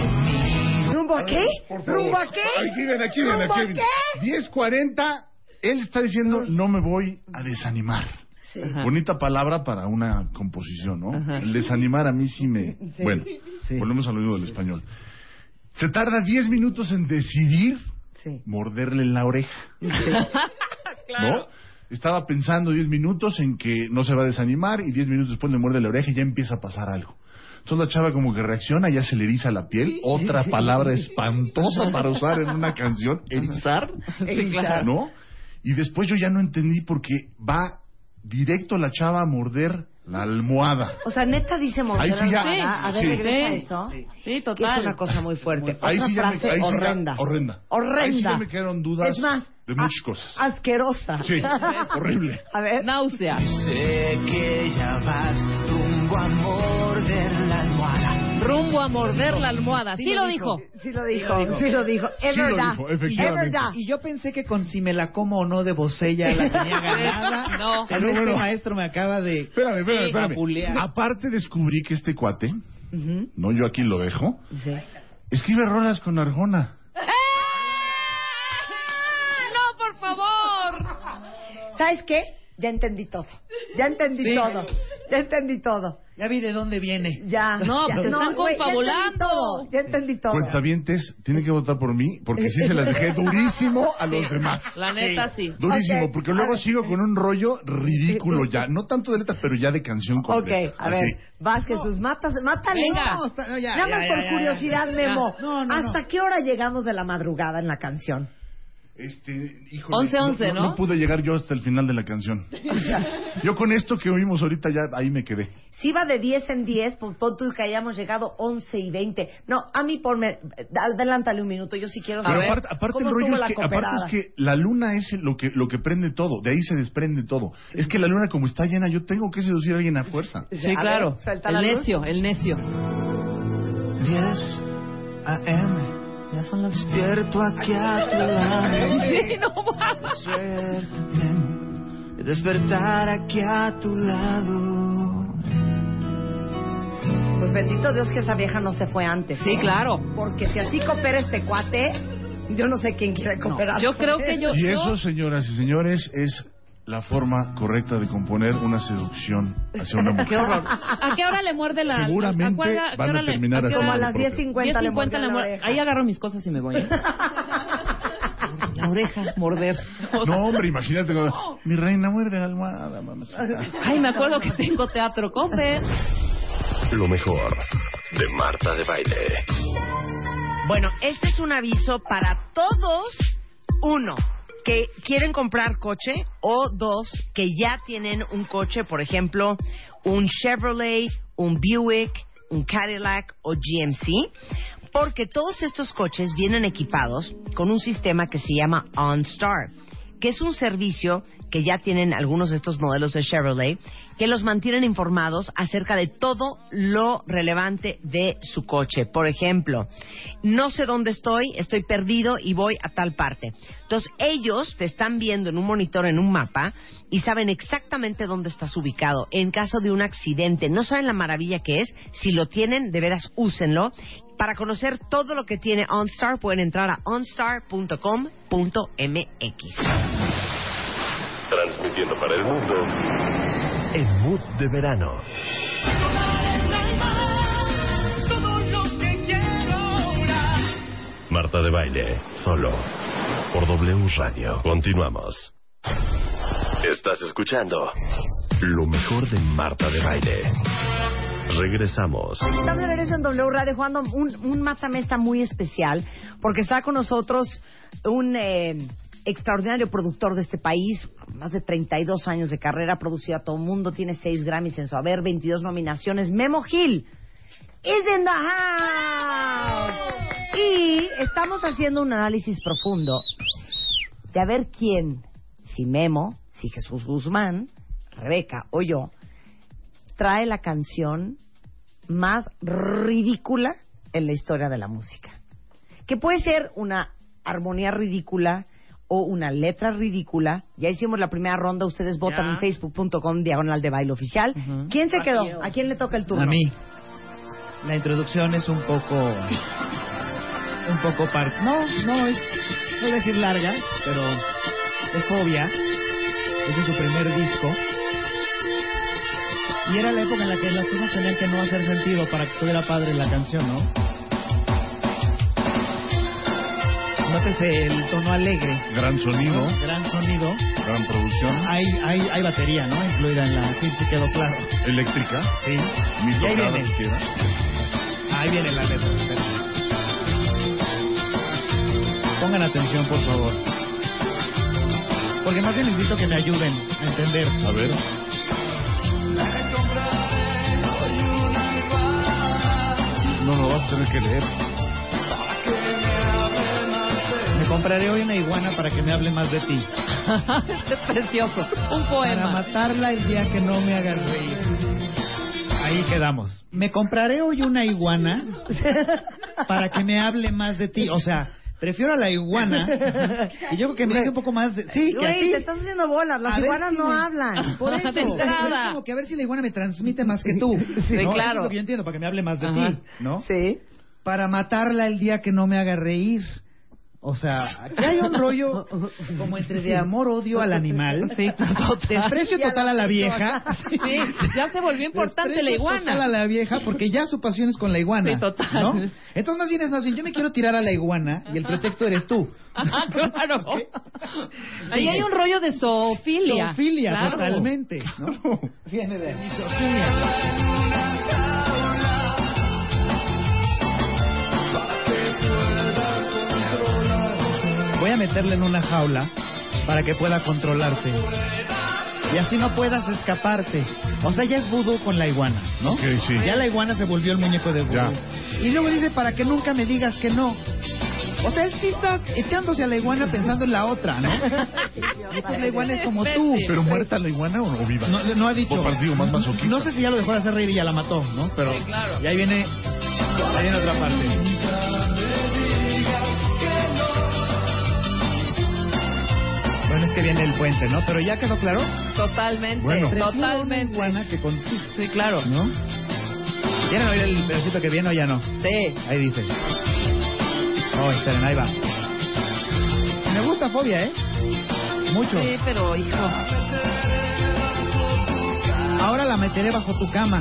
[SPEAKER 9] conmigo
[SPEAKER 2] ¿Rumbo a qué?
[SPEAKER 6] Por favor.
[SPEAKER 2] ¿Rumbo a qué?
[SPEAKER 6] Aquí ven, aquí ven,
[SPEAKER 2] ¿Rumbo
[SPEAKER 6] aquí
[SPEAKER 2] a
[SPEAKER 6] ven.
[SPEAKER 2] qué?
[SPEAKER 6] 10.40, él está diciendo, no me voy a desanimar.
[SPEAKER 4] Ajá.
[SPEAKER 6] Bonita palabra para una composición, ¿no? El desanimar a mí sí me... Bueno, volvemos al oído del español. Se tarda 10 minutos en decidir
[SPEAKER 2] Sí.
[SPEAKER 6] morderle en la oreja, ¿no? Estaba pensando 10 minutos en que no se va a desanimar y 10 minutos después le muerde la oreja y ya empieza a pasar algo. Entonces la chava como que reacciona, ya se le eriza la piel. Otra palabra espantosa para usar en una canción, erizar.
[SPEAKER 4] Sí, claro.
[SPEAKER 6] ¿no? Y después yo ya no entendí porque va directo la chava a morder la almohada.
[SPEAKER 2] O sea, neta dice morder
[SPEAKER 6] Ahí sí ya-
[SPEAKER 2] almohada. A ver,
[SPEAKER 6] sí.
[SPEAKER 2] regresa
[SPEAKER 4] Sí.
[SPEAKER 2] eso.
[SPEAKER 4] Sí,
[SPEAKER 2] Que es una
[SPEAKER 4] total.
[SPEAKER 2] cosa muy fuerte.
[SPEAKER 6] Ahí
[SPEAKER 2] Otra
[SPEAKER 6] sí ya me,
[SPEAKER 2] frase
[SPEAKER 6] ahí sí ya-
[SPEAKER 2] horrenda.
[SPEAKER 6] horrenda.
[SPEAKER 2] Horrenda.
[SPEAKER 6] Ahí sí ya me quedaron dudas
[SPEAKER 2] Es más,
[SPEAKER 6] de muchas cosas.
[SPEAKER 2] Asquerosa.
[SPEAKER 6] Sí, horrible.
[SPEAKER 2] A ver.
[SPEAKER 4] Náusea.
[SPEAKER 9] Sé que ya vas rumbo a morder la almohada.
[SPEAKER 4] Rumbo a morder la almohada. Sí lo dijo.
[SPEAKER 2] Sí lo dijo, sí lo dijo. Es
[SPEAKER 6] Sí lo
[SPEAKER 2] verdad.
[SPEAKER 6] dijo,
[SPEAKER 2] es
[SPEAKER 6] efectivamente.
[SPEAKER 2] verdad.
[SPEAKER 12] Y yo pensé que con si me la como o no de bocella la tenía ganada.
[SPEAKER 4] No.
[SPEAKER 12] Pero
[SPEAKER 6] No,
[SPEAKER 12] este
[SPEAKER 6] bueno.
[SPEAKER 12] maestro me acaba de...
[SPEAKER 6] Espérame, espérame,
[SPEAKER 4] Sí.
[SPEAKER 6] espérame.
[SPEAKER 12] Apulear.
[SPEAKER 6] Aparte descubrí que este cuate, no yo aquí lo dejo, escribe rolas con Arjona.
[SPEAKER 4] ¡Ah! ¡No, por favor!
[SPEAKER 2] ¿Sabes qué? Ya entendí todo. Ya entendí
[SPEAKER 4] Sí.
[SPEAKER 2] todo. Ya entendí todo.
[SPEAKER 12] Ya vi de dónde viene.
[SPEAKER 2] Ya.
[SPEAKER 4] No,
[SPEAKER 2] ya.
[SPEAKER 4] pues te están
[SPEAKER 2] güey, Ya entendí
[SPEAKER 4] confabulando.
[SPEAKER 2] todo. Ya entendí todo.
[SPEAKER 6] Cuentavientes, tienen que votar por mí porque sí se las dejé durísimo a los
[SPEAKER 10] Sí,
[SPEAKER 6] demás.
[SPEAKER 10] La neta, sí.
[SPEAKER 6] Durísimo,
[SPEAKER 2] Ok,
[SPEAKER 6] porque
[SPEAKER 2] a
[SPEAKER 6] luego
[SPEAKER 2] ver.
[SPEAKER 6] sigo con un rollo ridículo ya. No tanto de letras, pero ya de canción con
[SPEAKER 2] Ok,
[SPEAKER 6] letras,
[SPEAKER 2] a ver,
[SPEAKER 6] así.
[SPEAKER 2] Vázquez, sus matas, mátale.
[SPEAKER 10] Venga.
[SPEAKER 2] No,
[SPEAKER 12] está- no, ya,
[SPEAKER 2] Nada
[SPEAKER 12] ya,
[SPEAKER 2] más
[SPEAKER 12] ya,
[SPEAKER 2] por
[SPEAKER 12] ya,
[SPEAKER 2] curiosidad, Memo.
[SPEAKER 12] No, no,
[SPEAKER 2] ¿Hasta
[SPEAKER 12] no.
[SPEAKER 2] qué hora llegamos de la madrugada en la canción?
[SPEAKER 6] Este, híjole,
[SPEAKER 10] 11, 11, ¿no?
[SPEAKER 6] No pude llegar yo hasta el final de la canción. Yo con esto que oímos ahorita ya ahí me quedé.
[SPEAKER 2] Si va de 10 en 10, pues pon tú que hayamos llegado 11 y 20. No, a mí ponme, adelántale un minuto, yo sí quiero
[SPEAKER 6] Pero
[SPEAKER 2] saber.
[SPEAKER 6] aparte, aparte el
[SPEAKER 2] cómo
[SPEAKER 6] rollo
[SPEAKER 2] estuvo
[SPEAKER 6] es
[SPEAKER 2] la
[SPEAKER 6] que, aparte
[SPEAKER 2] cooperada.
[SPEAKER 6] es que la luna es lo que, lo que prende todo, de ahí se desprende todo. Es que la luna como está llena, yo tengo que seducir a alguien a fuerza.
[SPEAKER 10] Sí,
[SPEAKER 2] A ver,
[SPEAKER 10] claro.
[SPEAKER 2] suelta la
[SPEAKER 10] el
[SPEAKER 2] luz.
[SPEAKER 10] necio, el necio.
[SPEAKER 9] 10 AM.
[SPEAKER 10] Ya son las...
[SPEAKER 9] Despierto aquí a tu lado.
[SPEAKER 4] Sí, no va.
[SPEAKER 9] Suerte tengo de despertar aquí a tu lado.
[SPEAKER 2] Pues bendito Dios que esa vieja no se fue antes.
[SPEAKER 10] Sí,
[SPEAKER 2] ¿no?
[SPEAKER 10] claro.
[SPEAKER 2] Porque si así coopera este cuate, yo no sé quién quiere cooperar.
[SPEAKER 10] yo creo que yo-
[SPEAKER 6] Y eso, señoras y señores, es la forma correcta de componer una seducción hacia una mujer.
[SPEAKER 10] Qué horror.
[SPEAKER 4] ¿A qué hora le muerde la.?
[SPEAKER 6] Seguramente
[SPEAKER 4] ¿a cuál- qué
[SPEAKER 6] van a
[SPEAKER 4] hora le-
[SPEAKER 6] terminar
[SPEAKER 4] qué
[SPEAKER 6] así.
[SPEAKER 4] hora
[SPEAKER 2] Como a
[SPEAKER 4] le-
[SPEAKER 2] las 10.50 le
[SPEAKER 10] 10.50 la
[SPEAKER 2] mordió la
[SPEAKER 10] muerte.
[SPEAKER 2] oreja.
[SPEAKER 10] Ahí agarro mis cosas y me voy. ¿eh? La oreja, morder.
[SPEAKER 6] No, hombre, imagínate. cuando- Mi reina muerde la almohada, mamacita.
[SPEAKER 10] Ay, me acuerdo que tengo teatro Coppel.
[SPEAKER 1] Lo mejor de Marta de Baile.
[SPEAKER 2] Bueno, este es un aviso para todos. Uno, que quieren comprar coche. O dos, que ya tienen un coche, por ejemplo, un Chevrolet, un Buick, un Cadillac o GMC. Porque todos estos coches vienen equipados con un sistema que se llama OnStar, que es un servicio que ya tienen algunos de estos modelos de Chevrolet, que los mantienen informados acerca de todo lo relevante de su coche. Por ejemplo, no sé dónde estoy, estoy perdido y voy a tal parte. Entonces ellos te están viendo en un monitor, en un mapa, y saben exactamente dónde estás ubicado. En caso de un accidente, no saben la maravilla que es, si lo tienen, de veras, úsenlo. Para conocer todo lo que tiene OnStar, pueden entrar a onstar.com.mx.
[SPEAKER 1] Transmitiendo para el mundo. En Mood de Verano. Marta de Baile, solo. Por W Radio. Continuamos. Estás escuchando. Lo mejor de Marta de Baile. Regresamos.
[SPEAKER 2] Estamos de regreso en W Radio jugando un, un Mátame está muy especial porque está con nosotros un eh, extraordinario productor de este país, más de 32 años de carrera, ha producido a todo mundo, tiene 6 Grammys en su haber, 22 nominaciones. Memo Gil is in the house. Y estamos haciendo un análisis profundo de a ver quién, si Memo, si Jesús Guzmán, Rebeca o yo, trae la canción más ridícula en la historia de la música. Que puede ser una armonía ridícula o una letra ridícula. Ya hicimos la primera ronda, ustedes votan
[SPEAKER 10] Ya.
[SPEAKER 2] en facebook.com diagonal de baile oficial.
[SPEAKER 12] Ujú.
[SPEAKER 2] ¿Quién se
[SPEAKER 10] Aquí yo.
[SPEAKER 2] quedó? ¿A quién le toca el turno?
[SPEAKER 12] A mí. La introducción es un poco. Un poco par. No, no es. No voy a decir larga, pero. Es obvia. Es de su primer disco. Y era la época en la que las cosas tenían que no hacer sentido para que estuviera padre la canción, ¿no? Nótese el tono alegre.
[SPEAKER 6] Gran sonido,
[SPEAKER 12] Gran sonido.
[SPEAKER 6] gran producción,
[SPEAKER 12] Hay, hay, hay batería, ¿no? Incluida en la. Sí, sí quedó claro.
[SPEAKER 6] eléctrica,
[SPEAKER 12] Sí.
[SPEAKER 6] mis
[SPEAKER 12] Y ahí
[SPEAKER 6] tocadas
[SPEAKER 12] viene.
[SPEAKER 6] siquiera.
[SPEAKER 12] Ahí viene la letra. Pongan atención, por favor. Porque más bien necesito que me ayuden a entender.
[SPEAKER 6] A ver, no lo vas a tener que leer.
[SPEAKER 12] Me compraré hoy una iguana para que me hable más de ti.
[SPEAKER 10] es precioso. Un
[SPEAKER 12] Para
[SPEAKER 10] poema.
[SPEAKER 12] matarla el día que no me hagas reír. Ahí quedamos. Me compraré hoy una iguana para que me hable más de ti. O sea, prefiero a la iguana. Y yo creo que me dice un poco más de... Sí, que a
[SPEAKER 2] Güey,
[SPEAKER 12] ti.
[SPEAKER 2] te estás haciendo bolas, las
[SPEAKER 12] A ver
[SPEAKER 2] iguanas
[SPEAKER 12] si
[SPEAKER 2] no
[SPEAKER 12] me-
[SPEAKER 2] hablan.
[SPEAKER 12] Por eso.
[SPEAKER 10] De entrada.
[SPEAKER 12] Es como que a ver si la iguana me transmite más que tú.
[SPEAKER 10] Sí,
[SPEAKER 12] ¿no?
[SPEAKER 10] claro.
[SPEAKER 12] Es lo que yo entiendo, para que me hable más de
[SPEAKER 10] Ajá.
[SPEAKER 12] ti, ¿no?
[SPEAKER 2] Sí.
[SPEAKER 12] Para matarla el día que no me haga reír. O sea, aquí hay un rollo como entre de amor, odio al animal, desprecio
[SPEAKER 10] Y a la
[SPEAKER 12] total a la vieja.
[SPEAKER 10] Sí, ya se volvió importante la
[SPEAKER 12] Desprecio total a
[SPEAKER 10] iguana.
[SPEAKER 12] la vieja porque ya su pasión es con la iguana.
[SPEAKER 10] Sí, total.
[SPEAKER 12] ¿no? Entonces más bien es más bien, yo me quiero tirar a la iguana y el pretexto eres tú.
[SPEAKER 10] Ah, claro.
[SPEAKER 4] Ahí hay un rollo de zoofilia.
[SPEAKER 12] Zoofilia,
[SPEAKER 4] Claro.
[SPEAKER 12] totalmente. ¿no? Viene de ahí. Voy a meterle en una jaula para que pueda controlarte. Y así no puedas escaparte. O sea, ya es vudú con la iguana, ¿no?
[SPEAKER 6] Ok, sí.
[SPEAKER 12] Ya la iguana se volvió el muñeco de vudú.
[SPEAKER 6] Ya.
[SPEAKER 12] Y luego dice, para que nunca me digas que no. O sea, él sí está echándose a la iguana pensando en la otra, ¿no? Entonces la iguana es como tú.
[SPEAKER 6] ¿Pero muerta la iguana o no viva?
[SPEAKER 12] No, no ha dicho.
[SPEAKER 6] Por partido más masoquista.
[SPEAKER 12] No sé si ya lo dejó de hacer reír y ya la mató, ¿no? Pero. Y ahí viene. Ahí viene otra parte. Bueno, es que viene el puente, ¿no? Pero ya quedó claro.
[SPEAKER 4] Totalmente,
[SPEAKER 12] Bueno.
[SPEAKER 4] totalmente.
[SPEAKER 12] Buena que contigo,
[SPEAKER 4] Sí, claro.
[SPEAKER 12] ¿no? ¿Quieren oír el pedacito que viene o ya no?
[SPEAKER 4] Sí.
[SPEAKER 12] Ahí dice. Oh, esperen, ahí va. Me gusta fobia, ¿eh? Mucho.
[SPEAKER 4] Sí, pero hijo.
[SPEAKER 12] Ahora la meteré bajo tu cama.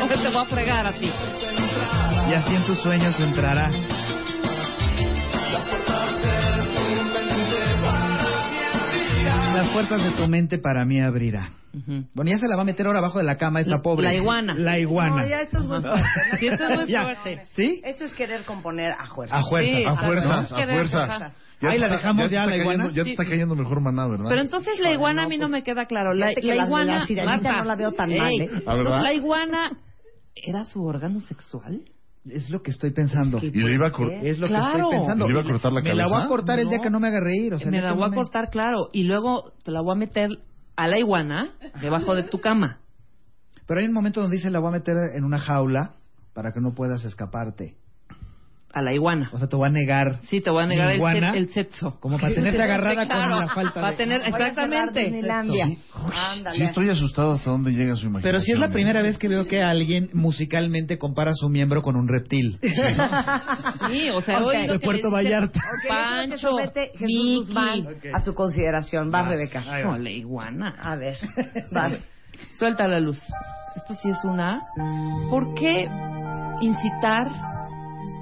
[SPEAKER 4] Ahora te voy a fregar a ti.
[SPEAKER 12] Y así en tus sueños entrará. Las puertas de tu mente para mí abrirá. Bueno, ya se la va a meter ahora abajo de la cama esta
[SPEAKER 4] La-
[SPEAKER 12] pobre.
[SPEAKER 4] la iguana.
[SPEAKER 12] La iguana.
[SPEAKER 2] No, ya esto es muy fuerte.
[SPEAKER 4] Sí, esto es muy
[SPEAKER 12] Ya.
[SPEAKER 4] fuerte.
[SPEAKER 12] ¿Sí?
[SPEAKER 2] Eso es querer componer a juego.
[SPEAKER 12] A fuerza.
[SPEAKER 4] Sí,
[SPEAKER 6] A
[SPEAKER 4] Ajá.
[SPEAKER 6] fuerzas,
[SPEAKER 4] No,
[SPEAKER 6] a
[SPEAKER 4] qué
[SPEAKER 6] fuerzas.
[SPEAKER 4] vergüenza.
[SPEAKER 12] Ahí la
[SPEAKER 6] está-
[SPEAKER 12] dejamos
[SPEAKER 6] te
[SPEAKER 12] ya,
[SPEAKER 6] está
[SPEAKER 12] la iguana.
[SPEAKER 6] cayendo- Ya te está cayendo mejor maná, ¿verdad?
[SPEAKER 4] Pero entonces la iguana a mí no me queda claro. La,
[SPEAKER 2] fíjate que
[SPEAKER 4] la
[SPEAKER 2] la-
[SPEAKER 4] iguana.
[SPEAKER 2] la sirenita
[SPEAKER 4] Marta,
[SPEAKER 2] no la veo tan mal, ¿eh?
[SPEAKER 6] Ah, ¿verdad?
[SPEAKER 4] La iguana. ¿Era su órgano sexual?
[SPEAKER 12] Es lo que estoy pensando.
[SPEAKER 6] Y le iba a cor-
[SPEAKER 12] Es lo que
[SPEAKER 4] Claro.
[SPEAKER 12] estoy pensando.
[SPEAKER 6] ¿Y le iba a cortar la
[SPEAKER 12] Me la voy a
[SPEAKER 6] cabeza?
[SPEAKER 12] cortar el día que no me haga reír. O sea,
[SPEAKER 4] me
[SPEAKER 12] el día
[SPEAKER 4] la
[SPEAKER 12] que
[SPEAKER 4] voy a
[SPEAKER 12] no
[SPEAKER 4] cortar, claro. Y luego te la voy a meter a la iguana debajo de tu cama.
[SPEAKER 12] Pero hay un momento donde dice la voy a meter en una jaula para que no puedas escaparte.
[SPEAKER 4] A la iguana.
[SPEAKER 12] O sea, te voy a negar.
[SPEAKER 4] Sí, te voy a negar
[SPEAKER 12] Mi
[SPEAKER 4] el,
[SPEAKER 12] iguana.
[SPEAKER 4] set- el sexo.
[SPEAKER 12] Como para tenerte agarrada
[SPEAKER 4] Claro,
[SPEAKER 12] con la falta
[SPEAKER 4] para
[SPEAKER 12] de...
[SPEAKER 4] tener, exactamente.
[SPEAKER 2] Disneylandia.
[SPEAKER 12] Sí.
[SPEAKER 2] Ándale.
[SPEAKER 6] Sí, estoy asustado hasta dónde llega su imaginación.
[SPEAKER 12] Pero si es la
[SPEAKER 6] ¿eh?
[SPEAKER 12] primera vez que veo que alguien musicalmente compara su miembro con un reptil.
[SPEAKER 4] Sí, o sea,
[SPEAKER 2] Ok.
[SPEAKER 4] hoy lo
[SPEAKER 12] De
[SPEAKER 4] que le
[SPEAKER 12] Puerto
[SPEAKER 4] dicen-
[SPEAKER 12] Vallarta.
[SPEAKER 2] Ok, yo creo que
[SPEAKER 4] Pancho,
[SPEAKER 2] somete Jesús
[SPEAKER 4] Miki.
[SPEAKER 2] Guzmán
[SPEAKER 12] Ok.
[SPEAKER 2] a su consideración. Va,
[SPEAKER 12] Va.
[SPEAKER 2] Rebeca.
[SPEAKER 12] Ahí
[SPEAKER 4] No,
[SPEAKER 12] va.
[SPEAKER 4] la iguana.
[SPEAKER 2] A ver, va.
[SPEAKER 4] Suelta la luz. Esto sí es una. ¿Por qué incitar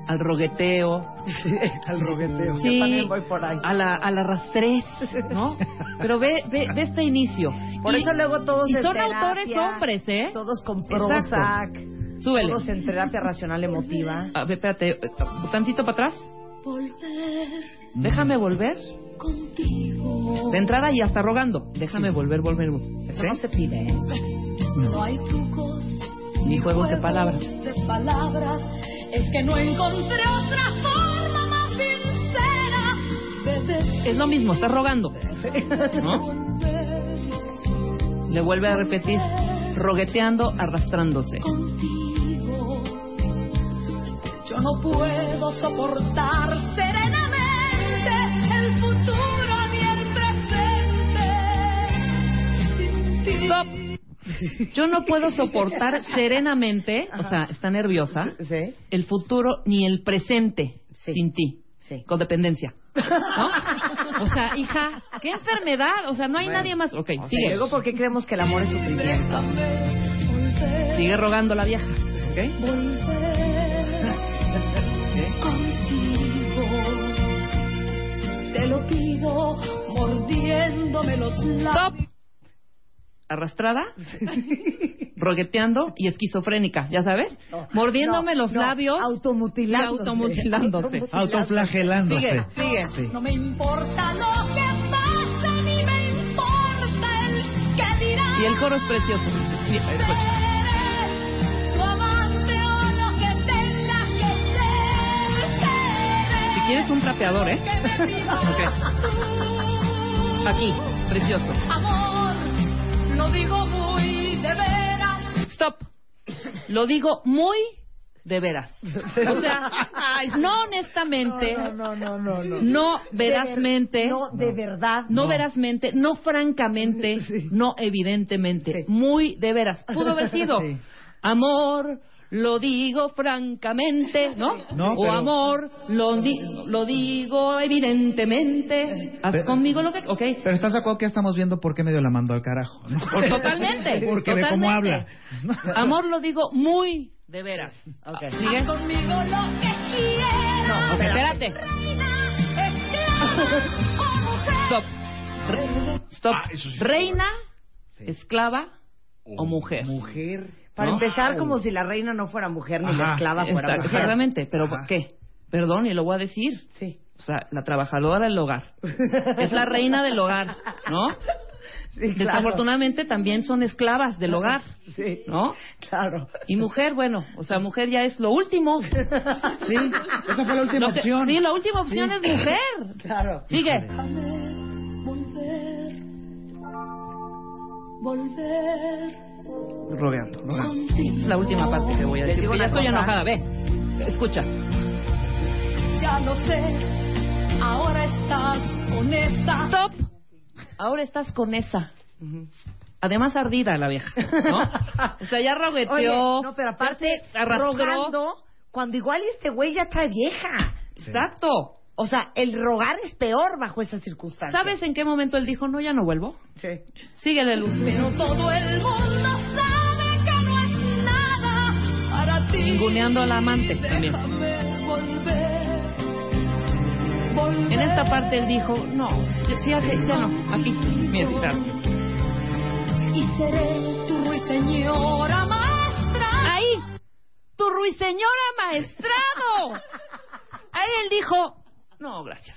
[SPEAKER 4] al rogueteo?
[SPEAKER 12] Al rogueteo.
[SPEAKER 4] Sí,
[SPEAKER 2] Yo también voy por ahí.
[SPEAKER 4] a la, a la rastrez, ¿no? Pero ve, ve, ve este inicio.
[SPEAKER 2] Por
[SPEAKER 4] Y-
[SPEAKER 2] eso luego todos
[SPEAKER 4] Y
[SPEAKER 2] en
[SPEAKER 4] son
[SPEAKER 2] terapia,
[SPEAKER 4] autores hombres, ¿eh?
[SPEAKER 2] Todos con
[SPEAKER 4] Exacto.
[SPEAKER 2] Prozac.
[SPEAKER 4] Súbele.
[SPEAKER 2] Todos en terapia racional emotiva.
[SPEAKER 4] A ver, espérate, eh, tantito para atrás.
[SPEAKER 5] Volver
[SPEAKER 12] Mm.
[SPEAKER 4] Déjame volver.
[SPEAKER 5] contigo.
[SPEAKER 4] De entrada y hasta rogando. Déjame volver, volver. volver.
[SPEAKER 2] Eso
[SPEAKER 4] ¿Sí?
[SPEAKER 2] no se pide. ¿eh?
[SPEAKER 5] No hay trucos
[SPEAKER 4] Ni juegos de palabras.
[SPEAKER 5] de palabras. Es que no encontré otra forma más sincera de
[SPEAKER 4] Es lo mismo, estás rogando. ¿No?
[SPEAKER 5] volver
[SPEAKER 4] Le vuelve a repetir, rogueteando, arrastrándose.
[SPEAKER 5] contigo. Yo no puedo soportar serenamente el futuro ni el presente. Sin ti.
[SPEAKER 4] Stop. Yo no puedo soportar serenamente, o sea, está nerviosa,
[SPEAKER 2] Sí,
[SPEAKER 4] el futuro ni el presente
[SPEAKER 2] Sí.
[SPEAKER 4] sin ti.
[SPEAKER 2] sí.
[SPEAKER 4] Con dependencia. ¿No? O sea, hija, qué enfermedad. O sea, no hay nadie más. Ok,
[SPEAKER 2] O sea,
[SPEAKER 4] sigue.
[SPEAKER 2] Luego, ¿por qué creemos que el amor es sufrimiento?
[SPEAKER 4] Sigue rogando la vieja. ¿Ok?
[SPEAKER 5] contigo. Te lo pido mordiéndome los
[SPEAKER 4] Stop.
[SPEAKER 5] labios.
[SPEAKER 4] Arrastrada, rogueteando y esquizofrénica, ¿ya sabes? Mordiéndome
[SPEAKER 2] No,
[SPEAKER 4] los
[SPEAKER 2] no,
[SPEAKER 4] labios.
[SPEAKER 2] Automutilándose.
[SPEAKER 4] Y automutilándose.
[SPEAKER 12] Autoflagelándose.
[SPEAKER 4] Sigue, sigue.
[SPEAKER 12] Sí.
[SPEAKER 5] No me importa lo que pasa ni me importa el que dirá.
[SPEAKER 4] Y el coro es precioso.
[SPEAKER 5] Seré tu amante o lo que tenga que ser. Seré
[SPEAKER 4] Si quieres un trapeador, ¿eh?
[SPEAKER 5] que me pidas tú.
[SPEAKER 4] Aquí, precioso.
[SPEAKER 5] Amor, lo digo muy de veras.
[SPEAKER 4] Stop. Lo digo muy de veras. O sea, no honestamente,
[SPEAKER 2] No, no, no, no, no.
[SPEAKER 4] no
[SPEAKER 2] De ver-
[SPEAKER 4] verazmente,
[SPEAKER 2] No, de verdad.
[SPEAKER 4] no verazmente, no francamente, no evidentemente, muy de veras. Pudo haber sido.
[SPEAKER 12] Sí.
[SPEAKER 4] Amor, lo digo francamente, ¿no?
[SPEAKER 12] No,
[SPEAKER 4] o
[SPEAKER 12] pero-
[SPEAKER 4] amor, lo, di- lo digo evidentemente, haz
[SPEAKER 12] Pero-
[SPEAKER 4] conmigo lo que... Ok,
[SPEAKER 12] Pero estás de acuerdo que ya estamos viendo por qué medio la mandó al carajo. ¿no?
[SPEAKER 4] totalmente.
[SPEAKER 12] Porque ve
[SPEAKER 4] totalmente.
[SPEAKER 12] cómo habla.
[SPEAKER 4] Amor lo digo muy de veras. Sigue.
[SPEAKER 10] Haz conmigo lo que
[SPEAKER 4] No,
[SPEAKER 10] quieras.
[SPEAKER 4] ok, espérate.
[SPEAKER 10] Reina, esclava o mujer.
[SPEAKER 4] Stop. Re- Stop.
[SPEAKER 12] Ah,
[SPEAKER 4] Reina, esclava o mujer.
[SPEAKER 12] Mujer.
[SPEAKER 2] Para
[SPEAKER 4] ¿No?
[SPEAKER 2] empezar, como si la reina no fuera mujer ni la
[SPEAKER 4] Ajá,
[SPEAKER 2] esclava fuera
[SPEAKER 4] está-
[SPEAKER 2] mujer.
[SPEAKER 4] Exactamente, pero ¿qué? Perdón, y lo voy a decir.
[SPEAKER 2] Sí.
[SPEAKER 4] O sea, la trabajadora del hogar. Es la reina del hogar, ¿no?
[SPEAKER 2] Sí, claro.
[SPEAKER 4] Desafortunadamente también son esclavas del hogar,
[SPEAKER 2] Sí.
[SPEAKER 4] ¿no?
[SPEAKER 2] Claro.
[SPEAKER 4] Y mujer, bueno, o sea, mujer ya es lo último.
[SPEAKER 12] Sí, esa fue la última
[SPEAKER 4] Lo que-
[SPEAKER 12] opción.
[SPEAKER 4] Sí, la última opción es mujer.
[SPEAKER 2] Claro.
[SPEAKER 4] Sigue.
[SPEAKER 10] Volver, volver
[SPEAKER 4] Rogando.
[SPEAKER 10] contigo.
[SPEAKER 4] Es la última parte que voy a
[SPEAKER 2] Les
[SPEAKER 4] decir.
[SPEAKER 2] digo
[SPEAKER 4] porque
[SPEAKER 2] una
[SPEAKER 4] Ya estoy
[SPEAKER 2] cosa.
[SPEAKER 4] enojada, ve. Escucha.
[SPEAKER 10] Ya no sé, ahora estás con esa.
[SPEAKER 4] Stop. Ahora estás con esa. Además ardida la vieja, ¿no? O sea, ya rogueteó.
[SPEAKER 2] Oye, no, pero
[SPEAKER 4] ya
[SPEAKER 2] aparte,
[SPEAKER 4] se arrastró.
[SPEAKER 2] rogando, cuando igual y este güey ya está vieja.
[SPEAKER 4] Exacto.
[SPEAKER 2] O sea, el rogar es peor bajo esas circunstancias.
[SPEAKER 4] ¿Sabes en qué momento él dijo, no, ya no vuelvo?
[SPEAKER 2] Sí.
[SPEAKER 4] Síguele, Luz.
[SPEAKER 10] Pero todo el mundo sabe que no es nada para ti.
[SPEAKER 4] Ninguneando al amante también.
[SPEAKER 10] Déjame volver, volver.
[SPEAKER 4] En esta parte él dijo, no, ya, ya, ya- ya no, aquí. Mira, espérate.
[SPEAKER 10] Y seré tu ruiseñora maestra.
[SPEAKER 4] Ahí, tu ruiseñora maestrado. Ahí él dijo, no, gracias.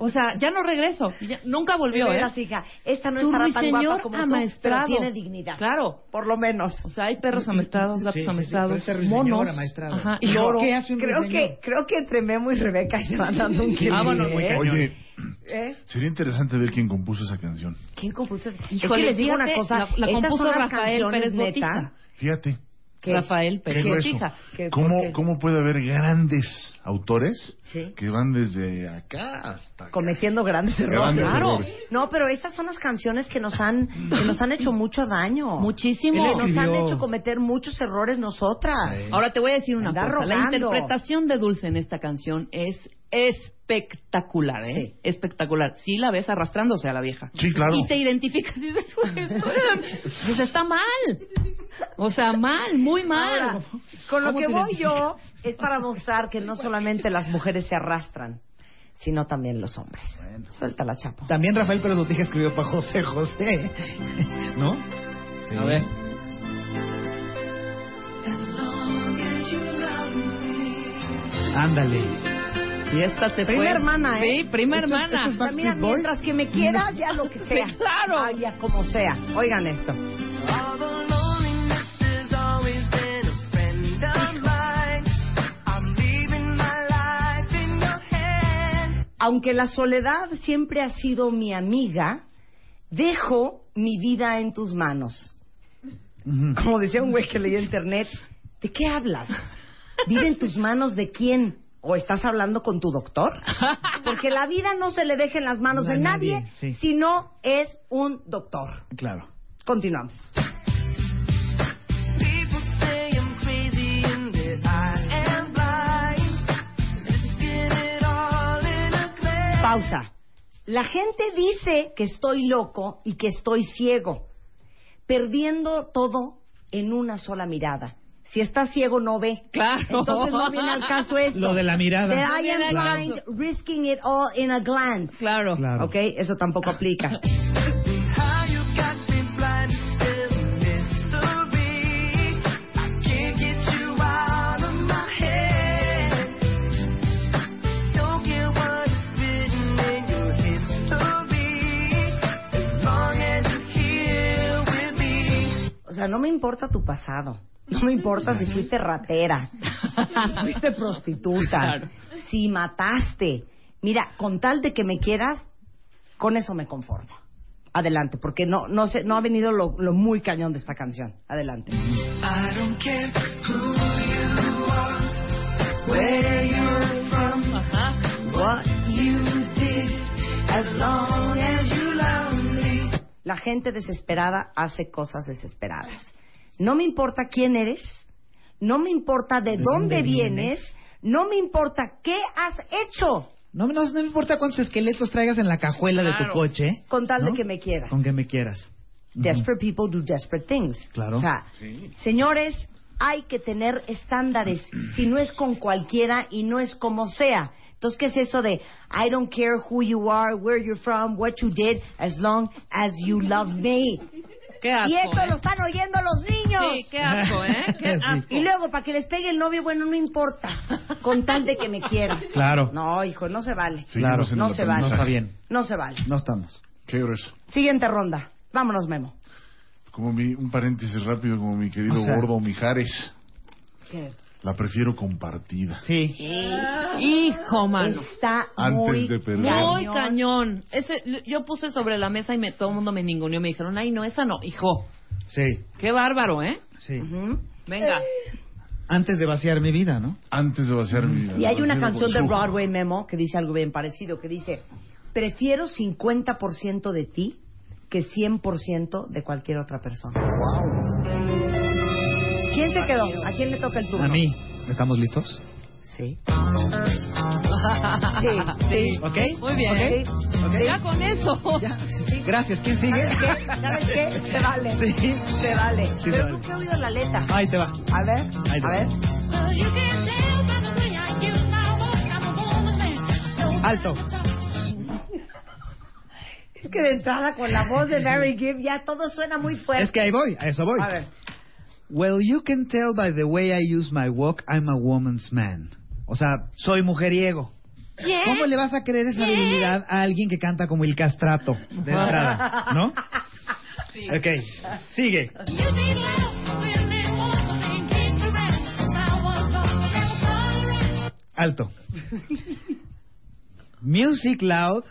[SPEAKER 4] O sea, ya no regreso. Y ya- nunca
[SPEAKER 2] De
[SPEAKER 4] volvió, ¿eh?
[SPEAKER 2] veras, hija, esta no
[SPEAKER 4] tu
[SPEAKER 2] estará tan guapa como
[SPEAKER 4] ruiseñor
[SPEAKER 2] tú, pero
[SPEAKER 4] amaestrado.
[SPEAKER 2] tiene dignidad.
[SPEAKER 4] Claro.
[SPEAKER 2] Por lo menos.
[SPEAKER 4] O sea, hay perros amaestrados, gatos
[SPEAKER 12] Sí, sí, sí, pero
[SPEAKER 4] amaestrados,
[SPEAKER 12] este ruiseñor
[SPEAKER 4] monos.
[SPEAKER 12] amaestrado.
[SPEAKER 4] Ajá,
[SPEAKER 12] Y
[SPEAKER 4] y
[SPEAKER 12] lo-
[SPEAKER 4] oro.
[SPEAKER 12] ¿Qué hace un
[SPEAKER 2] creo
[SPEAKER 12] ruiseñor?
[SPEAKER 2] que creo que entre Memo y Rebeca se van dando un quilombo,
[SPEAKER 4] Ah, bueno, muy
[SPEAKER 2] ¿eh?
[SPEAKER 12] cañón.
[SPEAKER 6] Oye,
[SPEAKER 2] ¿Eh?
[SPEAKER 6] sería interesante ver quién compuso esa canción.
[SPEAKER 2] ¿Quién compuso? esa-
[SPEAKER 4] Híjole,
[SPEAKER 2] es que les digo una
[SPEAKER 4] fíjate,
[SPEAKER 2] cosa,
[SPEAKER 4] la- la
[SPEAKER 2] estas
[SPEAKER 4] compuso
[SPEAKER 2] son las
[SPEAKER 4] Rafael
[SPEAKER 2] canciones,
[SPEAKER 4] Pérez
[SPEAKER 2] neta,
[SPEAKER 4] Botija.
[SPEAKER 6] Fíjate,
[SPEAKER 2] que-
[SPEAKER 4] Rafael
[SPEAKER 6] qué
[SPEAKER 4] Pérez
[SPEAKER 6] grueso.
[SPEAKER 4] Botija.
[SPEAKER 2] ¿Qué- por qué?
[SPEAKER 6] ¿Cómo, ¿Cómo puede haber grandes autores
[SPEAKER 2] Sí.
[SPEAKER 6] que van desde acá hasta acá?
[SPEAKER 2] cometiendo grandes errores.
[SPEAKER 6] Grandes
[SPEAKER 2] claro.
[SPEAKER 6] errores.
[SPEAKER 2] No, pero estas son las canciones que nos han que nos han hecho mucho daño.
[SPEAKER 4] Muchísimo.
[SPEAKER 2] Que nos han
[SPEAKER 12] escribió.
[SPEAKER 2] hecho cometer muchos errores nosotras.
[SPEAKER 4] Ahora te voy a decir una
[SPEAKER 2] Andar
[SPEAKER 4] cosa. La
[SPEAKER 2] rogando.
[SPEAKER 4] interpretación de Dulce en esta canción es espectacular, ¿eh?
[SPEAKER 2] Sí.
[SPEAKER 4] Espectacular. Sí la ves arrastrándose a la vieja.
[SPEAKER 6] Sí, claro.
[SPEAKER 4] Y te identificas y dices, "Güey, güey, pues está mal. O sea, mal, muy mal.
[SPEAKER 2] Ahora, con lo
[SPEAKER 12] ¿Cómo
[SPEAKER 2] que
[SPEAKER 12] te
[SPEAKER 2] voy yo es para mostrar que no solamente las mujeres se arrastran, sino también los hombres. Suelta la chapa.
[SPEAKER 12] También Rafael Pérez Botija escribió para José José. ¿No? A ver. Ándale.
[SPEAKER 4] Y esta se
[SPEAKER 2] Prima
[SPEAKER 4] fue.
[SPEAKER 2] hermana, ¿eh?
[SPEAKER 4] Sí, prima
[SPEAKER 12] Esto es-
[SPEAKER 4] hermana.
[SPEAKER 12] esto es
[SPEAKER 2] Ah, mira,
[SPEAKER 12] Backstreet Boys.
[SPEAKER 2] mientras que me quieras, ya lo que sea.
[SPEAKER 4] Sí, claro.
[SPEAKER 2] Vaya como sea. Oigan esto. Aunque la soledad siempre ha sido mi amiga, dejo mi vida en tus manos. Como decía un güey que leía internet, ¿de qué hablas? ¿Vive en tus manos de quién? ¿O estás hablando con tu doctor? Porque la vida no se le deja en las manos
[SPEAKER 12] A
[SPEAKER 2] de nadie,
[SPEAKER 12] nadie, sí.
[SPEAKER 2] si no es un doctor.
[SPEAKER 12] Claro.
[SPEAKER 2] Continuamos. Pausa. La gente dice que estoy loco y que estoy ciego, perdiendo todo en una sola mirada. Si está ciego no ve.
[SPEAKER 4] Claro.
[SPEAKER 2] Entonces no viene al caso esto.
[SPEAKER 12] Lo de la mirada.
[SPEAKER 2] That
[SPEAKER 4] No
[SPEAKER 2] I
[SPEAKER 4] viene
[SPEAKER 2] am
[SPEAKER 4] al
[SPEAKER 2] blind, risking it all in a glance.
[SPEAKER 4] Claro.
[SPEAKER 12] Claro.
[SPEAKER 2] Ok, eso tampoco aplica. O sea, no me importa tu pasado. No me importa si fuiste ratera, si fuiste prostituta,
[SPEAKER 4] Claro.
[SPEAKER 2] si mataste. Mira, con tal de que me quieras, con eso me conformo. Adelante, porque no, no, sé, no ha venido lo, lo muy cañón de esta canción. Adelante.
[SPEAKER 4] Ajá.
[SPEAKER 2] La gente desesperada hace cosas desesperadas. No me importa quién eres, no me importa de, dónde, vienes, no me importa qué has hecho
[SPEAKER 12] No, no, no me importa cuántos esqueletos traigas en la cajuela de tu
[SPEAKER 2] Claro.
[SPEAKER 12] coche,
[SPEAKER 2] con tal de
[SPEAKER 12] ¿No?
[SPEAKER 2] que me quieras.
[SPEAKER 12] con que me quieras.
[SPEAKER 2] Desperate people do desperate things.
[SPEAKER 12] Claro.
[SPEAKER 2] O sea, señores, hay que tener estándares. Si no es con cualquiera y no es como sea. Entonces, ¿qué es eso de I don't care who you are, where you're from, what you did, as long as you love me?
[SPEAKER 4] Qué asco.
[SPEAKER 2] Y esto
[SPEAKER 4] ¿eh?
[SPEAKER 2] lo están oyendo los niños.
[SPEAKER 4] Sí, qué asco, ¿eh? Qué
[SPEAKER 12] Sí.
[SPEAKER 4] asco.
[SPEAKER 2] Y luego, para que les pegue el novio, bueno, no importa. Con tal de que me quieras.
[SPEAKER 12] Claro.
[SPEAKER 2] No, hijo, no se vale.
[SPEAKER 12] Claro,
[SPEAKER 6] Seguimos en
[SPEAKER 2] No
[SPEAKER 6] el
[SPEAKER 2] se vale.
[SPEAKER 12] No está bien.
[SPEAKER 2] No se vale.
[SPEAKER 12] No estamos.
[SPEAKER 6] Qué grueso.
[SPEAKER 2] Siguiente ronda. Vámonos, Memo.
[SPEAKER 6] Como mi, un paréntesis rápido, como mi querido
[SPEAKER 12] O sea-
[SPEAKER 6] gordo Mijares.
[SPEAKER 2] ¿Qué?
[SPEAKER 6] La prefiero compartida.
[SPEAKER 12] Sí.
[SPEAKER 4] Hijo, mano.
[SPEAKER 2] Está
[SPEAKER 6] Antes
[SPEAKER 2] muy
[SPEAKER 6] de perder.
[SPEAKER 4] Muy cañón. Ese, yo puse sobre la mesa y me, todo el mundo me ninguneó. Me dijeron, ay, no, esa no, hijo.
[SPEAKER 12] Sí.
[SPEAKER 4] Qué bárbaro, ¿eh?
[SPEAKER 12] Sí.
[SPEAKER 2] Ujú.
[SPEAKER 4] Venga.
[SPEAKER 12] Antes de vaciar mi vida, ¿no?
[SPEAKER 6] Antes de vaciar mi vida.
[SPEAKER 2] Y hay
[SPEAKER 6] La
[SPEAKER 2] una
[SPEAKER 6] prefiero
[SPEAKER 2] canción
[SPEAKER 6] con
[SPEAKER 2] de
[SPEAKER 6] su-
[SPEAKER 2] Broadway Memo que dice algo bien parecido, que dice, prefiero 50% de ti que 100% de cualquier otra persona. ¿Quién se quedó? ¿A quién le toca el turno?
[SPEAKER 12] A mí. ¿Estamos listos?
[SPEAKER 2] Sí. Sí.
[SPEAKER 4] Sí.
[SPEAKER 12] ¿Ok?
[SPEAKER 4] Muy bien. ¿eh?
[SPEAKER 2] Ok.
[SPEAKER 4] Ya con eso.
[SPEAKER 12] Gracias. ¿Quién sigue?
[SPEAKER 2] ¿Sabes qué? ¿Sabes qué? Se vale.
[SPEAKER 12] Sí.
[SPEAKER 2] Se vale.
[SPEAKER 12] Sí,
[SPEAKER 2] Pero tú
[SPEAKER 12] se vale.
[SPEAKER 2] que has oído la letra.
[SPEAKER 12] Ahí te va.
[SPEAKER 2] A ver,
[SPEAKER 12] Ahí
[SPEAKER 2] a
[SPEAKER 12] va.
[SPEAKER 2] ver.
[SPEAKER 12] Alto.
[SPEAKER 2] Es que de entrada con la voz de Mary Gibb ya todo suena muy fuerte.
[SPEAKER 12] Es que ahí voy, a eso voy.
[SPEAKER 2] Pues- A ver.
[SPEAKER 12] Well, you can tell by the way I use my walk, I'm a woman's man. O sea, soy mujeriego. ¿Cómo le vas a creer esa debilidad a alguien que canta como el castrato de entrada, no? Ok, sigue. Alto. Music loud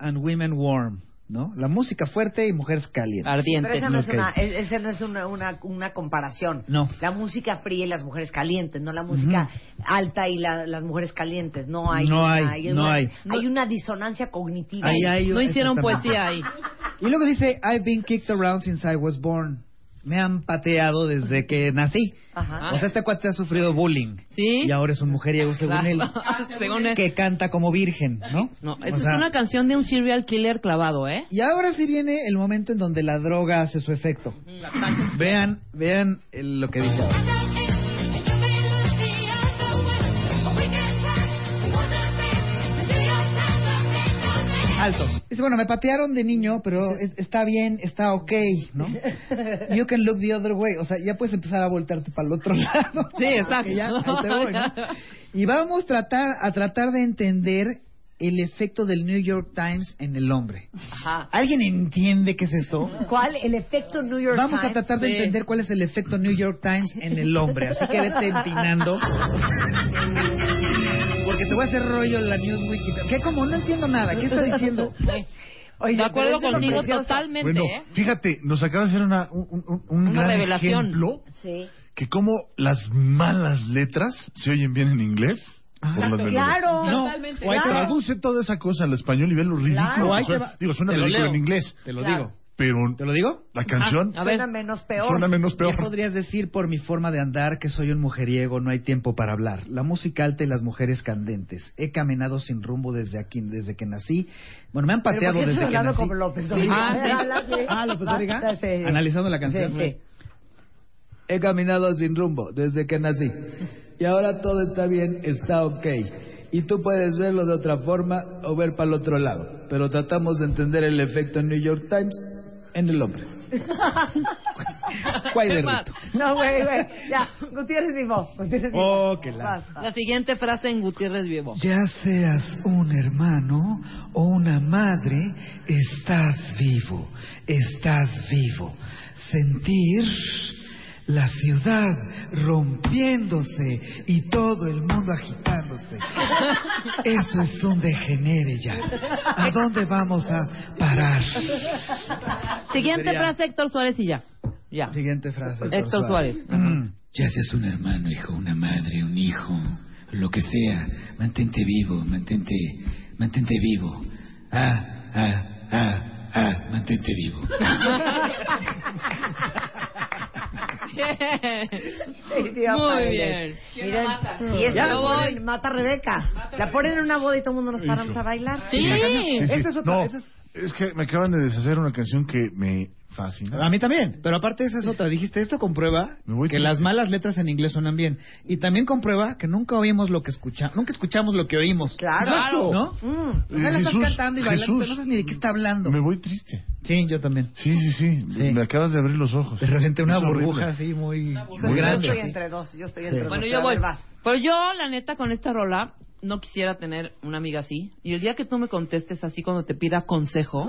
[SPEAKER 12] and women warm, ¿no? La música fuerte y mujeres calientes.
[SPEAKER 2] Pero
[SPEAKER 4] Ardiente.
[SPEAKER 2] esa no es
[SPEAKER 12] Ok.
[SPEAKER 2] una, e- esa no es una, una, una comparación.
[SPEAKER 12] No.
[SPEAKER 2] La música fría y las mujeres calientes, no la música alta y la- las mujeres calientes. No hay.
[SPEAKER 12] No
[SPEAKER 2] una-
[SPEAKER 12] hay, no
[SPEAKER 2] una,
[SPEAKER 12] hay.
[SPEAKER 2] una disonancia cognitiva.
[SPEAKER 12] Ahí hay-
[SPEAKER 4] No hicieron
[SPEAKER 12] exactamente.
[SPEAKER 4] poesía ahí.
[SPEAKER 12] Y luego dice, I've been kicked around since I was born. Me han pateado desde que nací.
[SPEAKER 2] Ajá.
[SPEAKER 12] O sea, este cuate ha sufrido bullying.
[SPEAKER 4] Sí.
[SPEAKER 12] Y ahora es un mujeriego, según él.
[SPEAKER 4] Según él.
[SPEAKER 12] Que canta como virgen, ¿no?
[SPEAKER 4] No,
[SPEAKER 12] O
[SPEAKER 4] esa
[SPEAKER 12] sea,
[SPEAKER 4] es una canción de un serial killer clavado, ¿eh?
[SPEAKER 12] Y ahora sí viene el momento en donde la droga hace su efecto. Vean, vean eh, lo que dice. ahora. Alto. Dice, bueno, me patearon de niño, pero es- está bien, está ok, ¿no? You can look the other way. O sea, ya puedes empezar a voltearte para el otro lado.
[SPEAKER 4] Sí, exacto.
[SPEAKER 12] Que ya, ahí te voy, ¿no? Y vamos tratar, a tratar de entender el efecto del New York Times en el hombre.
[SPEAKER 4] Ajá.
[SPEAKER 12] ¿Alguien entiende qué es esto?
[SPEAKER 2] ¿Cuál? El efecto New York
[SPEAKER 12] Vamos a
[SPEAKER 2] Times.
[SPEAKER 12] tratar de
[SPEAKER 4] Sí.
[SPEAKER 12] entender cuál es el efecto New York Times en el hombre. Así que vete empinando. Porque te voy a hacer rollo la Newsweek. ¿Qué? como No entiendo nada. ¿Qué está diciendo?
[SPEAKER 2] Oye,
[SPEAKER 4] De
[SPEAKER 2] pero
[SPEAKER 4] acuerdo
[SPEAKER 2] eso es
[SPEAKER 4] contigo
[SPEAKER 2] precioso.
[SPEAKER 4] totalmente,
[SPEAKER 6] Bueno,
[SPEAKER 4] ¿eh?
[SPEAKER 6] fíjate, nos acaba de hacer una, un, un- un
[SPEAKER 4] Una
[SPEAKER 6] gran
[SPEAKER 4] revelación.
[SPEAKER 6] ejemplo
[SPEAKER 2] Sí.
[SPEAKER 6] que como las malas letras se oyen bien en inglés. por las melodías.
[SPEAKER 2] Ah, Claro.
[SPEAKER 12] No, o ahí te va.
[SPEAKER 6] Traduce toda esa cosa al español y ve lo ridículo.
[SPEAKER 2] Claro.
[SPEAKER 6] que
[SPEAKER 12] O ahí te
[SPEAKER 6] suena.
[SPEAKER 12] va.
[SPEAKER 6] Digo, suena
[SPEAKER 12] Te lo
[SPEAKER 6] ridículo
[SPEAKER 12] leo.
[SPEAKER 6] en inglés.
[SPEAKER 12] Te lo
[SPEAKER 2] Claro.
[SPEAKER 12] digo.
[SPEAKER 6] Pero
[SPEAKER 12] ¿Te lo Ah, digo?
[SPEAKER 6] la canción
[SPEAKER 4] A ver.
[SPEAKER 2] Suena menos peor.
[SPEAKER 6] suena menos
[SPEAKER 12] ¿Qué
[SPEAKER 6] peor.
[SPEAKER 12] podrías decir por mi forma de andar que soy un mujeriego, no hay tiempo para hablar? La música alta y las mujeres candentes. He caminado sin rumbo desde aquí, desde que nací. Bueno, me han
[SPEAKER 2] Pero ¿por
[SPEAKER 12] pateado
[SPEAKER 2] qué estoy
[SPEAKER 12] desde que
[SPEAKER 2] hablando
[SPEAKER 12] nací.
[SPEAKER 2] como López
[SPEAKER 4] Ah, sí.
[SPEAKER 2] Dóriga?
[SPEAKER 12] Ah, López Dóriga.
[SPEAKER 2] Ah, sí.
[SPEAKER 12] Analizando la canción.
[SPEAKER 2] Sí, sí.
[SPEAKER 12] He caminado sin rumbo desde que nací. Y ahora todo está bien, está ok. Y tú puedes verlo de otra forma o ver para el otro lado. Pero tratamos de entender el efecto New York Times en el hombre. Guay de
[SPEAKER 4] ¿Qué más?
[SPEAKER 12] rito.
[SPEAKER 2] No, güey, güey. Ya, Gutiérrez Vivo. Gutiérrez Vivo.
[SPEAKER 12] Oh, qué la-
[SPEAKER 2] Basta.
[SPEAKER 4] La siguiente frase en Gutiérrez Vivo.
[SPEAKER 12] Ya seas un hermano o una madre, estás vivo, estás vivo. Sentir la ciudad rompiéndose y todo el mundo agitándose. Esto es un degenere ya. ¿A dónde vamos a parar?
[SPEAKER 4] Siguiente
[SPEAKER 12] Sería-
[SPEAKER 4] frase, Héctor Suárez y ya. Ya.
[SPEAKER 12] Siguiente frase.
[SPEAKER 4] Héctor Suárez.
[SPEAKER 13] Ya seas un hermano, hijo, una madre, un hijo, lo que sea, mantente vivo, mantente, mantente vivo. Ah, ah, ah, ah, mantente vivo.
[SPEAKER 2] Muy
[SPEAKER 4] bien. ¿Quién la mata?
[SPEAKER 2] Y esta
[SPEAKER 4] Ya
[SPEAKER 2] la
[SPEAKER 4] voy.
[SPEAKER 2] ponen- mata a Rebeca. La ponen en una boda y todo el mundo nos paramos a bailar.
[SPEAKER 6] Sí, sí.
[SPEAKER 12] Esa es otra,
[SPEAKER 6] No,
[SPEAKER 12] esa es-
[SPEAKER 6] es que me acaban de deshacer una canción que me fascina.
[SPEAKER 12] A mí también, pero aparte esa es otra. Dijiste, esto comprueba
[SPEAKER 6] Me voy
[SPEAKER 12] que
[SPEAKER 6] triste.
[SPEAKER 12] las malas letras en inglés suenan bien. Y también comprueba que nunca oímos lo que escuchamos, nunca escuchamos lo que oímos.
[SPEAKER 2] Claro.
[SPEAKER 12] ¿No?
[SPEAKER 2] Mm.
[SPEAKER 12] O sea, la estás
[SPEAKER 6] Jesús,
[SPEAKER 12] cantando y bailando,
[SPEAKER 6] Jesús.
[SPEAKER 12] pero no sabes ni de qué está hablando.
[SPEAKER 6] Me voy triste.
[SPEAKER 12] Sí, yo también.
[SPEAKER 6] Sí, sí, sí,
[SPEAKER 12] Sí.
[SPEAKER 6] Me acabas de abrir los ojos.
[SPEAKER 12] De repente una
[SPEAKER 6] Es horrible.
[SPEAKER 12] burbuja así muy, muy
[SPEAKER 2] Yo
[SPEAKER 12] grande.
[SPEAKER 2] estoy
[SPEAKER 12] así.
[SPEAKER 2] entre dos, yo estoy entre dos.
[SPEAKER 4] Bueno,
[SPEAKER 2] pero Pues a
[SPEAKER 4] yo voy.
[SPEAKER 2] ver, vas.
[SPEAKER 4] Pero yo, la neta, con esta rola, no quisiera tener una amiga así. Y el día que tú me contestes así cuando te pida consejo,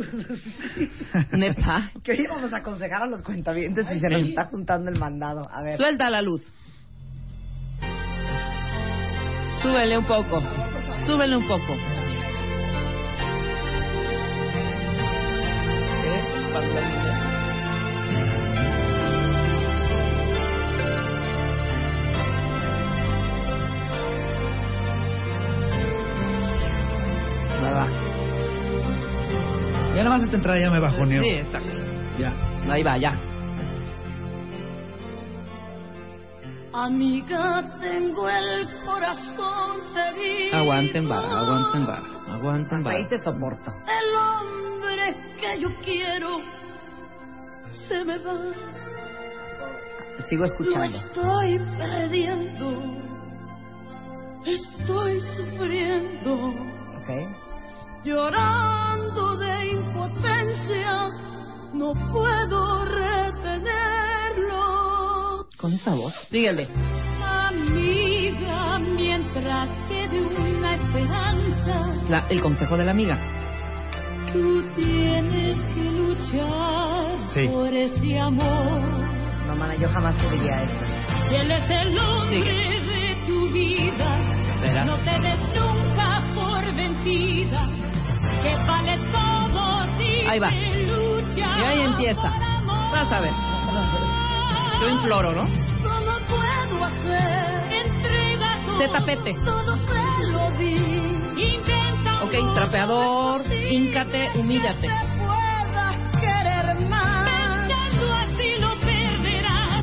[SPEAKER 4] neta,
[SPEAKER 2] Queríamos aconsejar a los cuentavientes y se nos está juntando el mandado. A ver.
[SPEAKER 4] suelta la luz. Súbele un poco, súbele un poco. Qué fantástico.
[SPEAKER 12] Ya nada más esta entrada ya me bajoneó.
[SPEAKER 4] Sí, exacto.
[SPEAKER 12] Ya.
[SPEAKER 4] Ahí va, ya.
[SPEAKER 10] Amiga, tengo el corazón herido.
[SPEAKER 4] Aguanten vara, aguanten vara, aguanten
[SPEAKER 2] Ahí
[SPEAKER 4] vara.
[SPEAKER 2] te soporto.
[SPEAKER 10] El hombre que yo quiero se me va.
[SPEAKER 2] Sigo
[SPEAKER 10] Lo
[SPEAKER 2] escuchando.
[SPEAKER 10] estoy perdiendo. Estoy sufriendo.
[SPEAKER 2] Ok.
[SPEAKER 10] Llorando de impotencia. No puedo retenerlo.
[SPEAKER 4] Con esa voz. Dígale.
[SPEAKER 10] Amiga, mientras quede una esperanza,
[SPEAKER 4] La- el consejo de la amiga.
[SPEAKER 10] tú tienes que luchar
[SPEAKER 12] Sí.
[SPEAKER 10] por ese amor.
[SPEAKER 2] No, mana, yo jamás te diría eso.
[SPEAKER 10] Él es el hombre de tu vida.
[SPEAKER 4] Espera.
[SPEAKER 10] No te des nunca por vencida, que vale todo si
[SPEAKER 4] Ahí va.
[SPEAKER 10] se lucha
[SPEAKER 4] Y ahí empieza.
[SPEAKER 10] por amor.
[SPEAKER 4] Vas a ver. Yo imploro, ¿no?
[SPEAKER 10] ¿Cómo puedo hacer? Entrega todo.
[SPEAKER 4] De tapete.
[SPEAKER 10] Todo se lo di. Inventa.
[SPEAKER 4] Ok,
[SPEAKER 10] amor,
[SPEAKER 4] trapeador,
[SPEAKER 10] no es posible
[SPEAKER 4] híncate,
[SPEAKER 10] que
[SPEAKER 4] humíllate.
[SPEAKER 10] te pueda querer más. Pensando así lo perderás.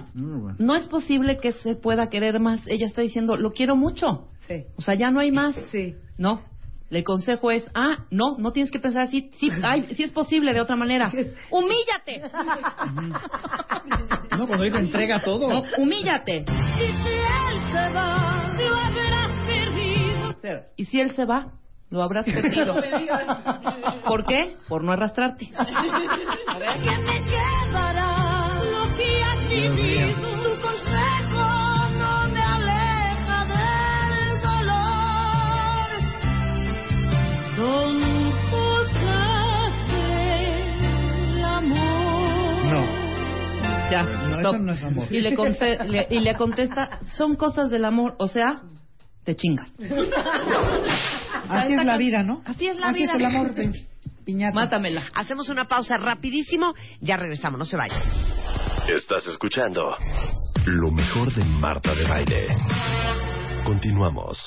[SPEAKER 4] No es posible que se pueda querer más. Ella está diciendo, lo quiero mucho.
[SPEAKER 2] Sí.
[SPEAKER 4] O sea, ya no hay más.
[SPEAKER 2] Sí.
[SPEAKER 4] No. El consejo es, ah, no, no tienes que pensar así. Sí, ay, sí es posible de otra manera. ¡Humíllate!
[SPEAKER 12] No, cuando dijo entrega todo.
[SPEAKER 4] No, ¡Humíllate!
[SPEAKER 10] Y si él se va, lo habrás perdido.
[SPEAKER 4] Y si él se va, lo habrás perdido. ¿Por qué? Por no arrastrarte.
[SPEAKER 10] Que me quedará lo que has vivido. Tu consejo no me aleja del dolor. Son cosas del amor.
[SPEAKER 4] Ya,
[SPEAKER 12] No,
[SPEAKER 4] stop.
[SPEAKER 12] eso no es amor.
[SPEAKER 4] Y le, conce- le- y le contesta, son cosas del amor, o sea, te chingas.
[SPEAKER 12] Así es la vida, ¿no?
[SPEAKER 4] Así es la
[SPEAKER 12] Así
[SPEAKER 4] vida.
[SPEAKER 12] es el amor, pi- piñata.
[SPEAKER 4] Mátamela.
[SPEAKER 2] Hacemos una pausa rapidísimo. Ya regresamos, no se vayan.
[SPEAKER 1] Estás escuchando lo mejor de Marta de Baile. Continuamos.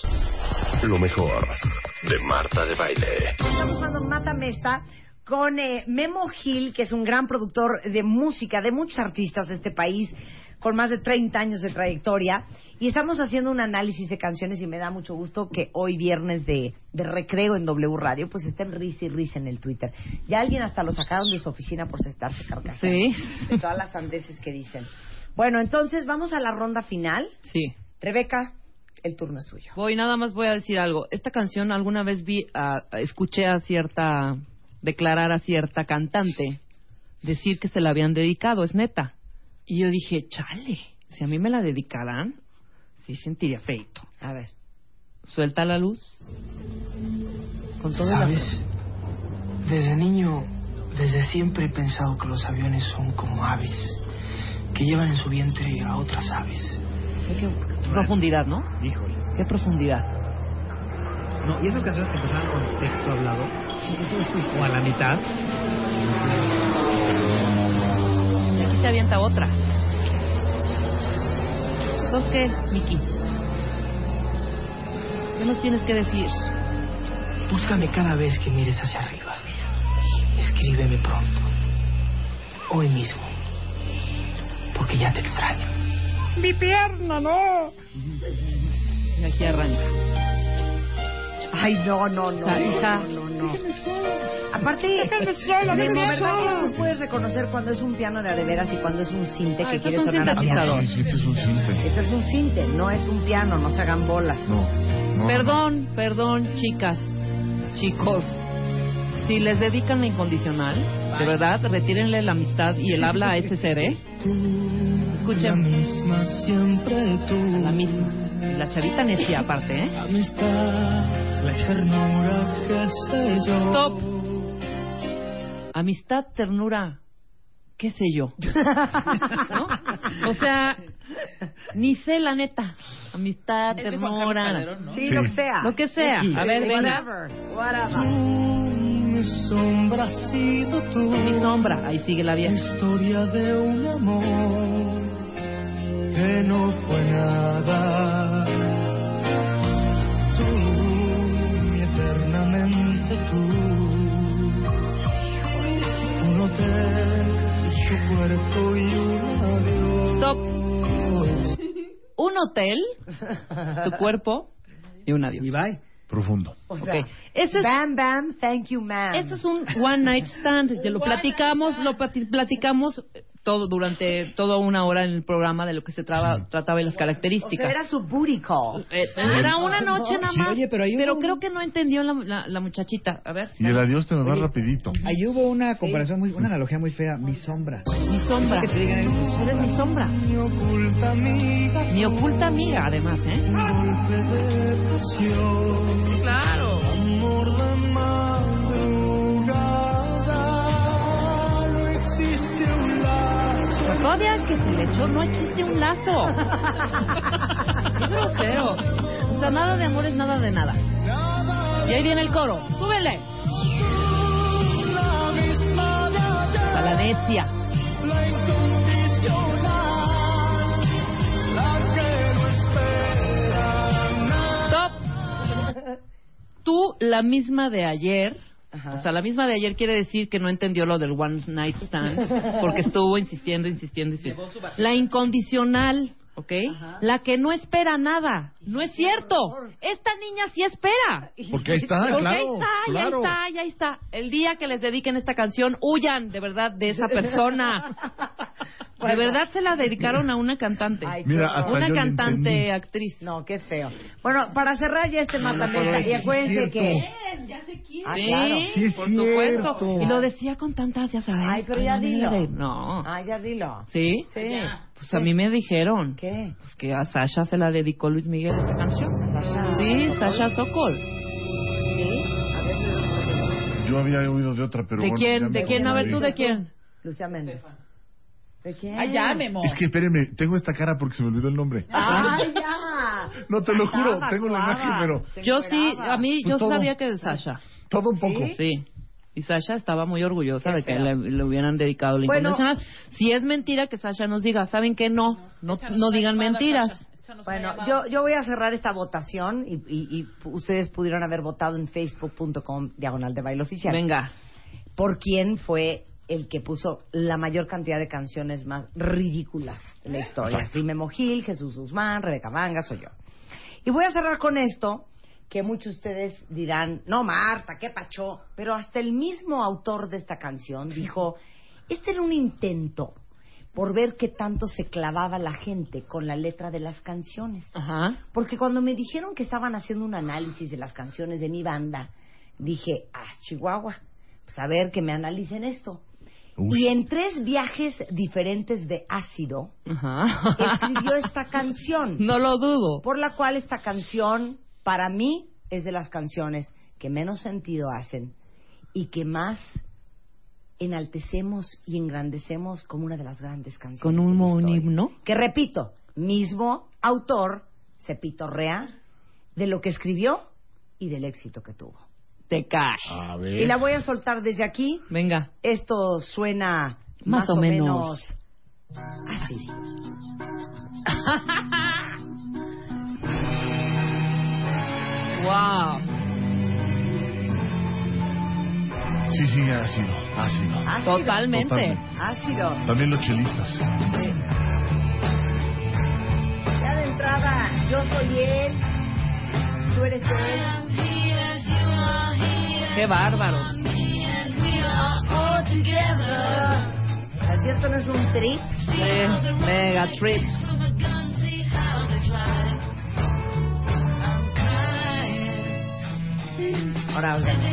[SPEAKER 1] Lo mejor de Marta de Baile.
[SPEAKER 2] Estamos jugando Mata Mesta con eh, Memo Gil, que es un gran productor de música de muchos artistas de este país, con más de 30 años de trayectoria. Y estamos haciendo un análisis de canciones y me da mucho gusto que hoy viernes de, de recreo en W Radio, pues estén risa y risa en el Twitter. Ya alguien hasta lo sacaron de su oficina por estarse carcajando.
[SPEAKER 4] Sí.
[SPEAKER 2] De todas las sandeces que dicen. Bueno, entonces vamos a la ronda final.
[SPEAKER 4] Sí.
[SPEAKER 2] Rebeca, el turno es suyo.
[SPEAKER 4] Voy, nada más voy a decir algo. Esta canción alguna vez vi, a- a- escuché a cierta, declarar a cierta cantante decir que se la habían dedicado, es neta. Y yo dije, chale, si a mí me la dedicaran, sí sentiría feito.
[SPEAKER 2] A ver.
[SPEAKER 4] Suelta la luz. Con todo el
[SPEAKER 14] ¿Sabes? Desde niño, desde siempre he pensado que los aviones son como aves que llevan en su vientre a otras aves.
[SPEAKER 4] amor. profundidad, ¿no?
[SPEAKER 14] Híjole.
[SPEAKER 4] ¿Qué profundidad?
[SPEAKER 14] No, y esas canciones que empezaban con texto hablado, o a la mitad,
[SPEAKER 4] Y aquí se avienta otra. Entonces, ¿qué, Miki? ¿Qué nos tienes que decir?
[SPEAKER 14] búscame cada vez que mires hacia arriba. Escríbeme pronto, hoy mismo, porque
[SPEAKER 15] porque ya te extraño.
[SPEAKER 5] Mi pierna, no.
[SPEAKER 4] Y aquí arranca.
[SPEAKER 2] Ay, no, no, no.
[SPEAKER 4] Sa- Isa.
[SPEAKER 2] No, no, no. Aparte,
[SPEAKER 5] Déjenme sola,
[SPEAKER 2] de
[SPEAKER 5] déjenme
[SPEAKER 2] verdad
[SPEAKER 5] sola.
[SPEAKER 2] que tú puedes reconocer cuando es un piano de adeveras y cuando es un cinte
[SPEAKER 4] Ah,
[SPEAKER 2] que
[SPEAKER 4] esto
[SPEAKER 2] quiere
[SPEAKER 4] es un
[SPEAKER 2] sonar a piano.
[SPEAKER 4] sintetizador.
[SPEAKER 6] Sí, este es un cinte.
[SPEAKER 2] Esto es un cinte, no es un piano, no se hagan bolas.
[SPEAKER 6] No. no,
[SPEAKER 4] Perdón, perdón, chicas, chicos. Si les dedican la incondicional, de verdad, retírenle la amistad y el habla a ese ser, ¿eh? Escuchen. La misma, La misma. Y La chavita necia, aparte, ¿eh? Stop. Amistad, ternura, qué sé yo. ¿No? O sea, ni sé la neta. Amistad,
[SPEAKER 10] Es de Juan Carlos
[SPEAKER 4] ternura.
[SPEAKER 10] Calderón, ¿no?
[SPEAKER 2] Sí,
[SPEAKER 6] Sí.
[SPEAKER 2] lo que sea.
[SPEAKER 4] Lo que sea.
[SPEAKER 2] X,
[SPEAKER 4] A ver,
[SPEAKER 2] X,
[SPEAKER 4] venga.
[SPEAKER 2] whatever, whatever.
[SPEAKER 9] Mi sombra ha sido tú.
[SPEAKER 4] Mi sombra, ahí sigue la vieja.
[SPEAKER 9] Historia de un amor que no fue nada. Tú, mi eternamente tú. Un hotel, su cuerpo y un adiós.
[SPEAKER 4] Stop. Un hotel, tu cuerpo y un adiós.
[SPEAKER 12] Y bye.
[SPEAKER 6] Profundo.
[SPEAKER 2] O sea,
[SPEAKER 4] Ok. Eso es,
[SPEAKER 2] bam, bam, thank you, ma'am.
[SPEAKER 4] eso es un one night stand. Te lo platicamos, lo plati- platicamos eh, todo durante toda una hora en el programa de lo que se traba- trataba y las
[SPEAKER 2] O sea, era
[SPEAKER 4] características.
[SPEAKER 2] su booty call.
[SPEAKER 4] Eh, Era una noche nada
[SPEAKER 12] Sí,
[SPEAKER 4] más,
[SPEAKER 12] oye,
[SPEAKER 4] pero,
[SPEAKER 12] pero hay un-
[SPEAKER 4] creo que no entendió la, la- la muchachita. A ver,
[SPEAKER 6] Y el adiós te me va
[SPEAKER 12] Oye.
[SPEAKER 6] rapidito.
[SPEAKER 12] Ahí hubo una comparación, muy, una analogía muy fea. Mi sombra.
[SPEAKER 4] mi sombra,
[SPEAKER 12] Que te digan, eres mi sombra.
[SPEAKER 4] eres mi sombra,
[SPEAKER 9] Mi oculta amiga,
[SPEAKER 4] mi oculta amiga, además, ¿eh?
[SPEAKER 9] golpe de pasión.
[SPEAKER 4] Ah, Claro.
[SPEAKER 9] Amor de madrugada, no existe un lazo.
[SPEAKER 4] Pero Pues todavía que se le echó no existe un lazo. Qué grosero. O sea, nada de amor es nada de nada. Y ahí viene el coro. ¡Súbele!
[SPEAKER 9] La misma de
[SPEAKER 4] A la
[SPEAKER 9] ayer,
[SPEAKER 4] necia.
[SPEAKER 9] la incondicional, la que no espera nada.
[SPEAKER 4] ¡Stop! Tú, la misma de ayer.
[SPEAKER 2] Ajá.
[SPEAKER 4] O sea, la misma de ayer quiere decir que no entendió lo del one night stand porque estuvo insistiendo, insistiendo, insistiendo. La incondicional, ¿ok? La que no espera nada. No es cierto. Esta niña sí espera.
[SPEAKER 6] Porque ahí
[SPEAKER 2] Ah,
[SPEAKER 6] está,
[SPEAKER 4] Porque
[SPEAKER 6] claro.
[SPEAKER 4] ahí está,
[SPEAKER 6] claro.
[SPEAKER 4] ahí está, ya está. El día que les dediquen esta canción, huyan de verdad de esa persona.
[SPEAKER 2] Bueno.
[SPEAKER 4] De verdad se la dedicaron a una cantante.
[SPEAKER 2] Ay,
[SPEAKER 6] Mira, hasta
[SPEAKER 4] una
[SPEAKER 6] Ah, yo le entendí.
[SPEAKER 4] cantante, actriz.
[SPEAKER 2] No, qué feo. Bueno, para cerrar ya este matameta, y
[SPEAKER 12] sí,
[SPEAKER 2] acuérdense
[SPEAKER 12] es cierto.
[SPEAKER 2] que... Ah,
[SPEAKER 4] Sí,
[SPEAKER 2] claro.
[SPEAKER 12] Sí, es
[SPEAKER 4] por
[SPEAKER 12] cierto.
[SPEAKER 4] supuesto. Y lo decía con tantas, ya sabes.
[SPEAKER 2] Ay, pero ya
[SPEAKER 4] con
[SPEAKER 2] dilo.
[SPEAKER 4] manera de- No.
[SPEAKER 2] Ah, ya dilo.
[SPEAKER 4] ¿Sí?
[SPEAKER 2] Sí.
[SPEAKER 4] Pues a mí me dijeron
[SPEAKER 2] ¿Qué?
[SPEAKER 4] pues que a Sasha se la dedicó Luis Miguel esta canción.
[SPEAKER 2] Ah, Sasha
[SPEAKER 4] sí,
[SPEAKER 2] Sokol.
[SPEAKER 4] Sasha Sokol.
[SPEAKER 2] ¿Sí? A ver,
[SPEAKER 6] Yo había oído de otra, pero
[SPEAKER 4] ¿De
[SPEAKER 6] bueno, ya
[SPEAKER 4] quién?
[SPEAKER 6] me
[SPEAKER 4] ¿De quién? A ver tú, ¿de quién?
[SPEAKER 2] Lucía Méndez. ¿De quién?
[SPEAKER 10] Ay, ya, Memo.
[SPEAKER 6] Es que espérenme, tengo esta cara porque se me olvidó el nombre.
[SPEAKER 4] Ah,
[SPEAKER 2] ¡Ay, Ah, ya!
[SPEAKER 6] No te lo juro,
[SPEAKER 2] Actuaba,
[SPEAKER 6] tengo la
[SPEAKER 2] actuaba,
[SPEAKER 6] imagen, pero
[SPEAKER 2] se
[SPEAKER 4] Yo sí,
[SPEAKER 2] encueraba.
[SPEAKER 4] a mí,
[SPEAKER 6] Pues
[SPEAKER 4] yo
[SPEAKER 6] todo.
[SPEAKER 4] sabía que de Sasha.
[SPEAKER 6] todo un poco.
[SPEAKER 4] Sí. Y Sasha estaba muy orgullosa de que le, le hubieran dedicado la
[SPEAKER 2] Bueno.
[SPEAKER 4] incondicional. Si es mentira que Sasha nos diga, ¿saben qué? No, no, no digan mentiras.
[SPEAKER 2] Bueno, yo, yo voy a cerrar esta votación y, y- y p- ustedes pudieron haber votado en facebook.com diagonal de baile oficial.
[SPEAKER 4] Venga.
[SPEAKER 2] ¿Por quién fue el que puso la mayor cantidad de canciones más ridículas de la historia?
[SPEAKER 6] Exacto.
[SPEAKER 2] Sí, Memo Gil, Jesús Guzmán, Rebeca Vanga, soy yo. Y voy a cerrar con esto, que muchos de ustedes dirán, no, Marta, qué pacho. Pero hasta el mismo autor de esta canción dijo, este era un intento por ver qué tanto se clavaba la gente con la letra de las canciones.
[SPEAKER 4] Ajá.
[SPEAKER 2] Porque cuando me dijeron que estaban haciendo un análisis de las canciones de mi banda, dije, ah, Chihuahua, pues a ver que me analicen esto.
[SPEAKER 6] Uy.
[SPEAKER 2] Y en tres viajes diferentes de ácido,
[SPEAKER 4] Ajá.
[SPEAKER 2] escribió esta canción,
[SPEAKER 4] No lo dudo.
[SPEAKER 2] por la cual esta canción, para mí, es de las canciones que menos sentido hacen y que más enaltecemos y engrandecemos como una de las grandes canciones.
[SPEAKER 4] Con
[SPEAKER 2] de
[SPEAKER 4] un,
[SPEAKER 2] la
[SPEAKER 4] un
[SPEAKER 2] historia
[SPEAKER 4] himno.
[SPEAKER 2] que repito, mismo autor se pitorrea de lo que escribió y del éxito que tuvo.
[SPEAKER 4] Te cae.
[SPEAKER 6] A
[SPEAKER 2] Y
[SPEAKER 6] ver.
[SPEAKER 2] la voy a soltar desde aquí.
[SPEAKER 4] Venga.
[SPEAKER 2] Esto suena más,
[SPEAKER 4] Más o
[SPEAKER 2] menos así.
[SPEAKER 4] Wow.
[SPEAKER 6] Sí, sí, ácido, ácido.
[SPEAKER 2] Ácido.
[SPEAKER 4] Totalmente.
[SPEAKER 6] Totalmente.
[SPEAKER 2] Ácido.
[SPEAKER 6] También los chelistas.
[SPEAKER 4] Sí.
[SPEAKER 2] Yo soy él. Tú eres él.
[SPEAKER 4] Qué bárbaros.
[SPEAKER 2] Así esto no es un trip.
[SPEAKER 4] Sí, mega trip.
[SPEAKER 2] Ahora oigan.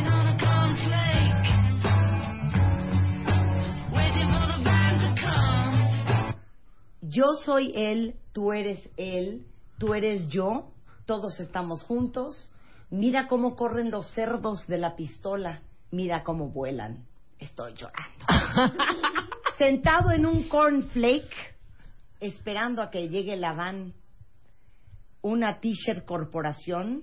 [SPEAKER 2] Yo soy él, tú eres él, tú eres yo, todos estamos juntos. Mira cómo corren los cerdos de la pistola, mira cómo vuelan. Estoy llorando. Sentado en un cornflake, esperando a que llegue la van, una t-shirt corporación,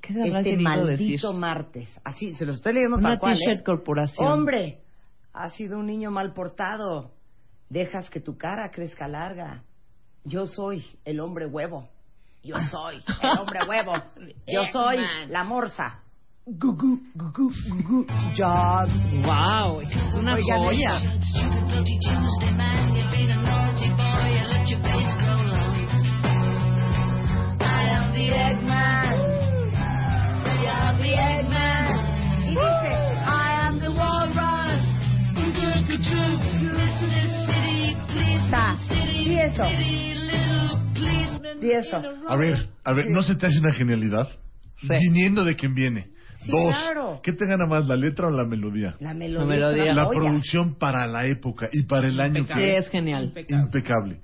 [SPEAKER 4] ¿Qué te habrá
[SPEAKER 2] este
[SPEAKER 4] querido
[SPEAKER 2] maldito
[SPEAKER 4] decir?
[SPEAKER 2] martes. Así, se los estoy leyendo
[SPEAKER 4] Una
[SPEAKER 2] tal cual,
[SPEAKER 4] t-shirt
[SPEAKER 2] ¿eh?
[SPEAKER 4] corporación.
[SPEAKER 2] Hombre, has sido un niño mal portado. Dejas que tu cara crezca larga. Yo soy el hombre huevo. Yo soy el hombre huevo. Yo soy
[SPEAKER 4] Eggman.
[SPEAKER 2] la morsa.
[SPEAKER 4] Gugu, gugu, gugu. Wow, es una
[SPEAKER 2] Oigan,
[SPEAKER 4] joya.
[SPEAKER 2] Y dice, "Ta". Y eso. Y eso.
[SPEAKER 6] A ver, a ver, ¿no se te hace una genialidad? Viniendo de quien viene.
[SPEAKER 2] Sí,
[SPEAKER 6] Dos,
[SPEAKER 2] claro.
[SPEAKER 6] ¿qué te gana más, la letra o la melodía?
[SPEAKER 2] La melodía. es una
[SPEAKER 6] La
[SPEAKER 2] joya.
[SPEAKER 6] producción para la época y para el año
[SPEAKER 4] Sí,
[SPEAKER 6] que
[SPEAKER 4] es genial.
[SPEAKER 6] Impecable.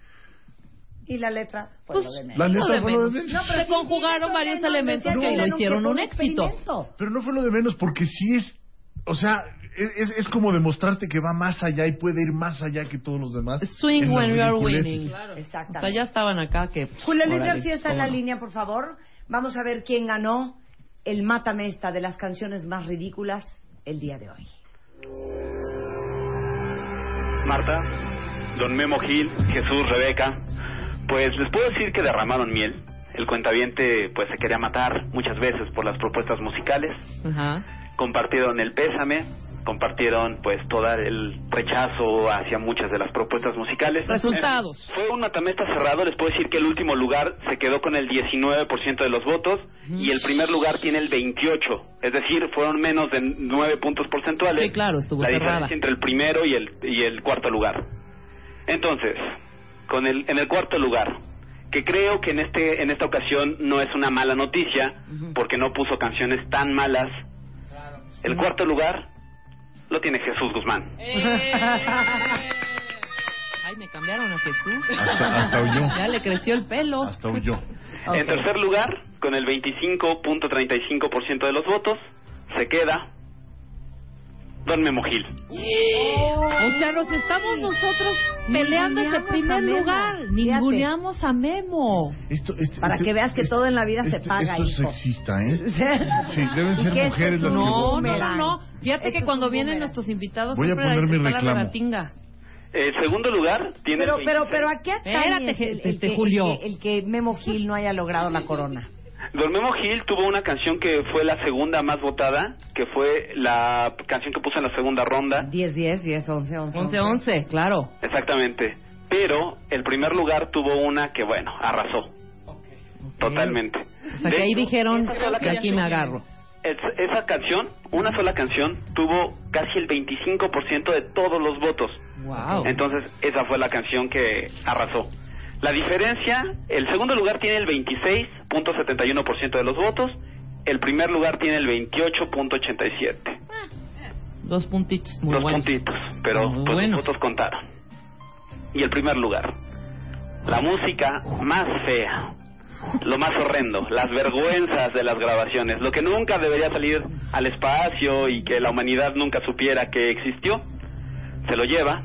[SPEAKER 2] Y la letra, pues,
[SPEAKER 4] Pues,
[SPEAKER 2] lo de menos.
[SPEAKER 6] La letra
[SPEAKER 4] de
[SPEAKER 6] fue lo de
[SPEAKER 4] menos.
[SPEAKER 6] menos.
[SPEAKER 4] No, pero Se sí, conjugaron sí, varios no, elementos no, que no, lo no, hicieron que fue un un éxito. experimento.
[SPEAKER 6] Pero no fue lo de menos porque sí es, o sea, es, es- es como demostrarte que va más allá y puede ir más allá que todos los demás.
[SPEAKER 4] Swing
[SPEAKER 6] en las
[SPEAKER 4] when you are
[SPEAKER 6] ridiculeces.
[SPEAKER 4] winning. O sea,
[SPEAKER 2] Exactamente.
[SPEAKER 4] ya estaban acá que...
[SPEAKER 2] Julio Luis
[SPEAKER 4] órale,
[SPEAKER 2] García está en la
[SPEAKER 4] cómo no.
[SPEAKER 2] línea, por favor. Vamos a ver quién ganó el Mátame esta de las canciones más ridículas el día de hoy.
[SPEAKER 16] Marta, Don Memo Gil, Jesús, Rebeca, pues les puedo decir que derramaron miel. El cuentaviente pues se quería matar muchas veces por las propuestas musicales.
[SPEAKER 4] Ajá.
[SPEAKER 16] Compartieron el pésame, compartieron pues todo el rechazo hacia muchas de las propuestas musicales.
[SPEAKER 4] Resultados.
[SPEAKER 16] Eh, Fue un matamesta cerrado, les puedo decir que el último lugar se quedó con el 19% de los votos y el primer lugar tiene el 28, es decir, fueron menos de 9 puntos porcentuales
[SPEAKER 4] Sí, claro, estuvo
[SPEAKER 16] la
[SPEAKER 4] cerrada.
[SPEAKER 16] diferencia entre el primero y el, y el cuarto lugar. Entonces, con el, en el cuarto lugar, que creo que en, este, en esta ocasión no es una mala noticia, porque no puso canciones tan malas. El cuarto lugar lo tiene Jesús Guzmán.
[SPEAKER 4] Eh. Ay, me cambiaron a Jesús.
[SPEAKER 16] Hasta- hasta huyó.
[SPEAKER 4] Ya le creció el pelo. Hasta
[SPEAKER 6] huyó.
[SPEAKER 16] En tercer lugar, con el 25.35% de los votos, se queda Don Memo Gil.
[SPEAKER 4] O sea, nos estamos nosotros peleando ese
[SPEAKER 2] Ninguneamos a
[SPEAKER 4] primer
[SPEAKER 2] Memo.
[SPEAKER 4] lugar.
[SPEAKER 2] Fíjate.
[SPEAKER 4] Ninguneamos a Memo.
[SPEAKER 6] Esto, este, esto-
[SPEAKER 2] Para
[SPEAKER 6] esto-
[SPEAKER 2] que veas que
[SPEAKER 6] esto-
[SPEAKER 2] todo en la vida se
[SPEAKER 6] esto-
[SPEAKER 2] paga,
[SPEAKER 6] este, Esto es
[SPEAKER 2] hijo.
[SPEAKER 6] sexista, ¿eh? Sí, deben
[SPEAKER 2] ¿Y
[SPEAKER 6] ser
[SPEAKER 2] qué es
[SPEAKER 6] mujeres
[SPEAKER 2] esto?
[SPEAKER 6] las que...
[SPEAKER 4] No, no, no,
[SPEAKER 2] boomerang.
[SPEAKER 4] no. Fíjate
[SPEAKER 2] Esto
[SPEAKER 4] que
[SPEAKER 2] es
[SPEAKER 4] cuando
[SPEAKER 2] un
[SPEAKER 4] vienen
[SPEAKER 2] boomerang.
[SPEAKER 4] nuestros invitados
[SPEAKER 6] Voy a
[SPEAKER 4] siempre
[SPEAKER 6] poner mi
[SPEAKER 4] está la
[SPEAKER 6] reclamo.
[SPEAKER 4] regatinga.
[SPEAKER 16] El segundo lugar tiene
[SPEAKER 2] Pero,
[SPEAKER 16] el
[SPEAKER 2] pero, pero, ¿a qué atañe
[SPEAKER 4] Espérate,
[SPEAKER 2] el- el,
[SPEAKER 4] este,
[SPEAKER 2] que, el
[SPEAKER 4] Julio.
[SPEAKER 2] que- el que Memo Gil no haya logrado la corona?
[SPEAKER 16] Don Memo Gil tuvo una canción que fue la segunda más votada, que fue la canción que puso en la segunda ronda,
[SPEAKER 2] 10, 10, 10, 11, 11.
[SPEAKER 4] 11-11, claro.
[SPEAKER 16] exactamente. Pero el primer lugar tuvo una que, bueno, arrasó. Totalmente.
[SPEAKER 4] O sea, que ahí dijeron, de aquí me agarro.
[SPEAKER 16] Es- esa canción, una sola canción, tuvo casi el 25% de todos los votos.
[SPEAKER 4] Wow.
[SPEAKER 16] Entonces, esa fue la canción que arrasó. La diferencia, el segundo lugar tiene el 26.71% de los votos, el primer lugar tiene el 28.87.
[SPEAKER 4] Dos puntitos muy
[SPEAKER 16] Dos
[SPEAKER 4] buenos.
[SPEAKER 16] puntitos, pero
[SPEAKER 4] Muy
[SPEAKER 16] pues
[SPEAKER 4] buenos.
[SPEAKER 16] nosotros contaron. Y el primer lugar, la música más fea, lo más horrendo, las vergüenzas de las grabaciones, lo que nunca debería salir al espacio y que la humanidad nunca supiera que existió, se lo lleva.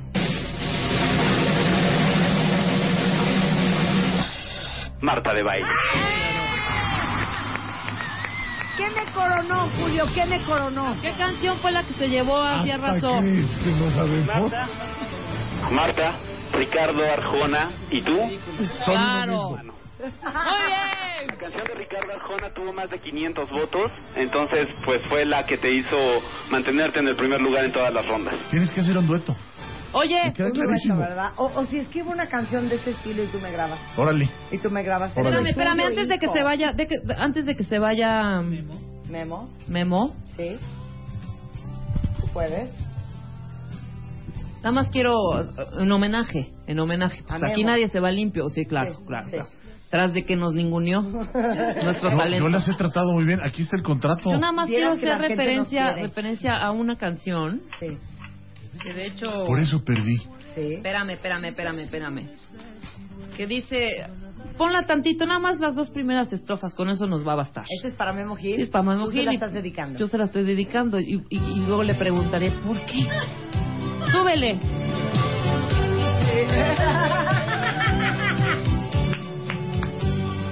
[SPEAKER 16] Marta de baile.
[SPEAKER 2] ¿Qué me coronó, Julio? ¿Qué me coronó?
[SPEAKER 4] ¿Qué canción fue la que se llevó a Tierra
[SPEAKER 6] ¿Hasta
[SPEAKER 4] Arrasó?
[SPEAKER 6] crees que no sabemos?
[SPEAKER 16] Marta, Ricardo Arjona y tú.
[SPEAKER 6] Son lo
[SPEAKER 4] Claro.
[SPEAKER 6] mismo.
[SPEAKER 4] Muy bien.
[SPEAKER 16] La canción de Ricardo Arjona tuvo más de 500 votos, entonces pues fue la que te hizo mantenerte en el primer lugar en todas las rondas.
[SPEAKER 6] Tienes que hacer un dueto.
[SPEAKER 10] Oye,
[SPEAKER 6] Me queda
[SPEAKER 2] Muy
[SPEAKER 6] clarísimo.
[SPEAKER 2] bueno, ¿verdad? O, o si escribo una canción de ese estilo y tú me grabas.
[SPEAKER 6] Órale.
[SPEAKER 2] Y tú me grabas. el
[SPEAKER 10] Espérame, espérame,
[SPEAKER 2] estudio,
[SPEAKER 10] antes de que
[SPEAKER 2] hijo.
[SPEAKER 10] se vaya, de que, antes de que se vaya
[SPEAKER 4] um,
[SPEAKER 2] Memo,
[SPEAKER 10] Memo,
[SPEAKER 2] sí. ¿Tú puedes?
[SPEAKER 4] Nada más quiero eh, un homenaje, en homenaje. Pues
[SPEAKER 2] A
[SPEAKER 4] aquí
[SPEAKER 2] Memo.
[SPEAKER 4] nadie se va limpio, sí, claro,
[SPEAKER 2] Sí,
[SPEAKER 4] claro,
[SPEAKER 2] sí.
[SPEAKER 4] claro. Tras de que nos ninguneó nuestro
[SPEAKER 6] Yo-
[SPEAKER 4] talento.
[SPEAKER 6] Yo las he tratado muy bien. Aquí está el contrato.
[SPEAKER 4] Yo nada más quiero
[SPEAKER 2] Vieras que la
[SPEAKER 4] hacer
[SPEAKER 2] gente nos
[SPEAKER 4] referencia,
[SPEAKER 2] quiere.
[SPEAKER 4] referencia a una canción. Que de hecho.
[SPEAKER 6] Por eso perdí.
[SPEAKER 4] Espérame, espérame, espérame, espérame. Que dice. Ponla tantito, nada más las dos primeras estrofas, con eso nos va a bastar.
[SPEAKER 2] Este es para Memo Gil.
[SPEAKER 4] Sí, es para Memo
[SPEAKER 2] Tú se
[SPEAKER 4] Gil
[SPEAKER 2] la
[SPEAKER 4] y-
[SPEAKER 2] estás dedicando.
[SPEAKER 4] Yo se la estoy dedicando y, y- y luego le preguntaré por qué. ¡Súbele!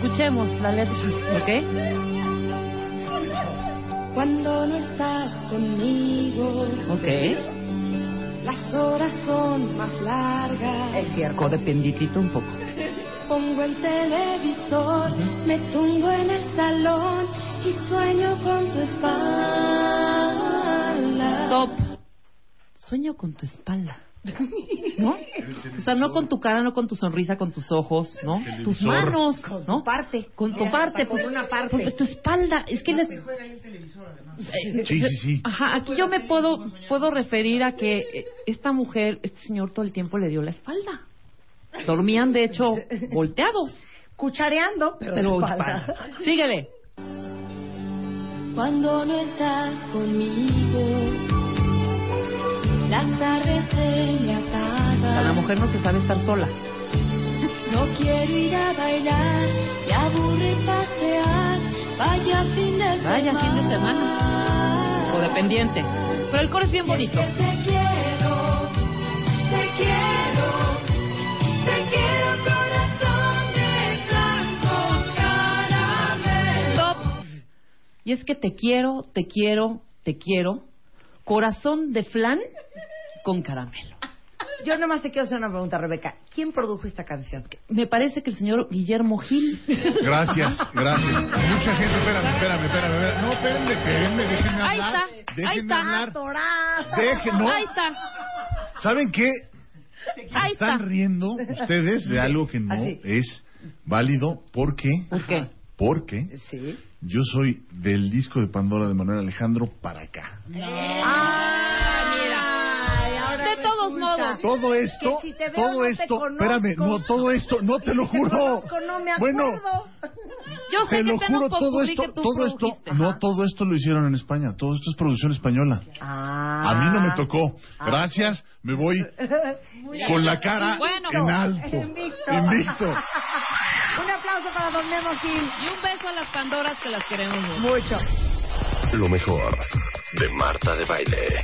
[SPEAKER 4] Escuchemos la letra, ¿ok?
[SPEAKER 5] Cuando no estás conmigo,
[SPEAKER 4] Ok.
[SPEAKER 5] las horas son más largas.
[SPEAKER 2] Es cierto.
[SPEAKER 4] Codependitito un poco.
[SPEAKER 5] Pongo el televisor, me tumbo en el salón y sueño con tu espalda.
[SPEAKER 4] Stop. Sueño con tu espalda. ¿No? O sea, no con tu cara, no con tu sonrisa, con tus ojos, ¿no? Tus
[SPEAKER 5] televisor.
[SPEAKER 4] manos, ¿no?
[SPEAKER 2] Parte.
[SPEAKER 4] Con tu
[SPEAKER 2] Mira,
[SPEAKER 4] parte,
[SPEAKER 2] hasta con una parte.
[SPEAKER 4] con tu espalda, es que les- Eh,
[SPEAKER 6] Sí, sí, sí.
[SPEAKER 4] Ajá, aquí yo me puedo puedo referir a que eh, esta mujer, este señor todo el tiempo le dio la espalda. Dormían de hecho volteados,
[SPEAKER 2] Cuchareando, pero,
[SPEAKER 4] pero
[SPEAKER 2] de espalda.
[SPEAKER 4] espalda. Síguele.
[SPEAKER 5] Cuando no estás conmigo, las tardes se me
[SPEAKER 4] O sea, la
[SPEAKER 5] apagan.
[SPEAKER 4] mujer no se sabe estar sola.
[SPEAKER 5] No quiero ir a bailar, y aburre pasear. Vaya fin de semana.
[SPEAKER 4] Vaya fin de semana. Codependiente. Pero el coro es bien bonito.
[SPEAKER 5] Te quiero, te quiero, te quiero corazón de blanco caramelo.
[SPEAKER 4] Stop. Y es que te quiero, te quiero, te quiero. Corazón de flan con caramelo.
[SPEAKER 2] Yo nomás te quiero hacer una pregunta, Rebeca. ¿Quién produjo esta canción?
[SPEAKER 4] Me parece que el señor Guillermo Gil.
[SPEAKER 6] Gracias, gracias. Mucha gente, espérame, espérame, espérame. espérame. No, espérenme, espérenme, déjenme
[SPEAKER 4] Ahí
[SPEAKER 6] hablar.
[SPEAKER 4] está, ahí
[SPEAKER 6] Déjenme
[SPEAKER 4] está.
[SPEAKER 6] hablar.
[SPEAKER 2] ¡Torá!
[SPEAKER 6] Dejen, no.
[SPEAKER 4] Ahí está,
[SPEAKER 6] ¿Saben qué?
[SPEAKER 4] ahí está.
[SPEAKER 6] Están riendo ustedes de algo que no
[SPEAKER 2] Así.
[SPEAKER 6] es válido. ¿Por qué?
[SPEAKER 4] ¿Por qué?
[SPEAKER 6] Porque
[SPEAKER 2] Sí.
[SPEAKER 6] yo soy del disco de Pandora de Manuel Alejandro para acá.
[SPEAKER 4] mira. De todos modos.
[SPEAKER 6] Todo esto,
[SPEAKER 2] Que si te veo,
[SPEAKER 6] todo
[SPEAKER 2] no te
[SPEAKER 6] esto,
[SPEAKER 2] conozco.
[SPEAKER 6] espérame, no, todo esto, no te lo juro.
[SPEAKER 2] Conozco, no me acuerdo.
[SPEAKER 6] Bueno,
[SPEAKER 4] Yo sé
[SPEAKER 6] te
[SPEAKER 4] que
[SPEAKER 6] lo
[SPEAKER 4] está en
[SPEAKER 6] juro,
[SPEAKER 4] un
[SPEAKER 6] todo
[SPEAKER 4] popurrí
[SPEAKER 6] esto,
[SPEAKER 4] que tú
[SPEAKER 6] todo esto,
[SPEAKER 4] produjiste.
[SPEAKER 6] no,
[SPEAKER 4] Ajá.
[SPEAKER 6] todo esto lo hicieron en España, todo esto es producción española.
[SPEAKER 2] Ah.
[SPEAKER 6] A mí no me tocó.
[SPEAKER 4] Ah,
[SPEAKER 6] Gracias, me voy con la cara
[SPEAKER 4] Bueno.
[SPEAKER 6] en alto.
[SPEAKER 2] Invicto.
[SPEAKER 6] Invicto.
[SPEAKER 2] Un aplauso para Don Memo Gil.
[SPEAKER 4] Y un beso a las Pandoras que las queremos mucho.
[SPEAKER 2] Mucho.
[SPEAKER 1] Lo mejor de Marta de Baile.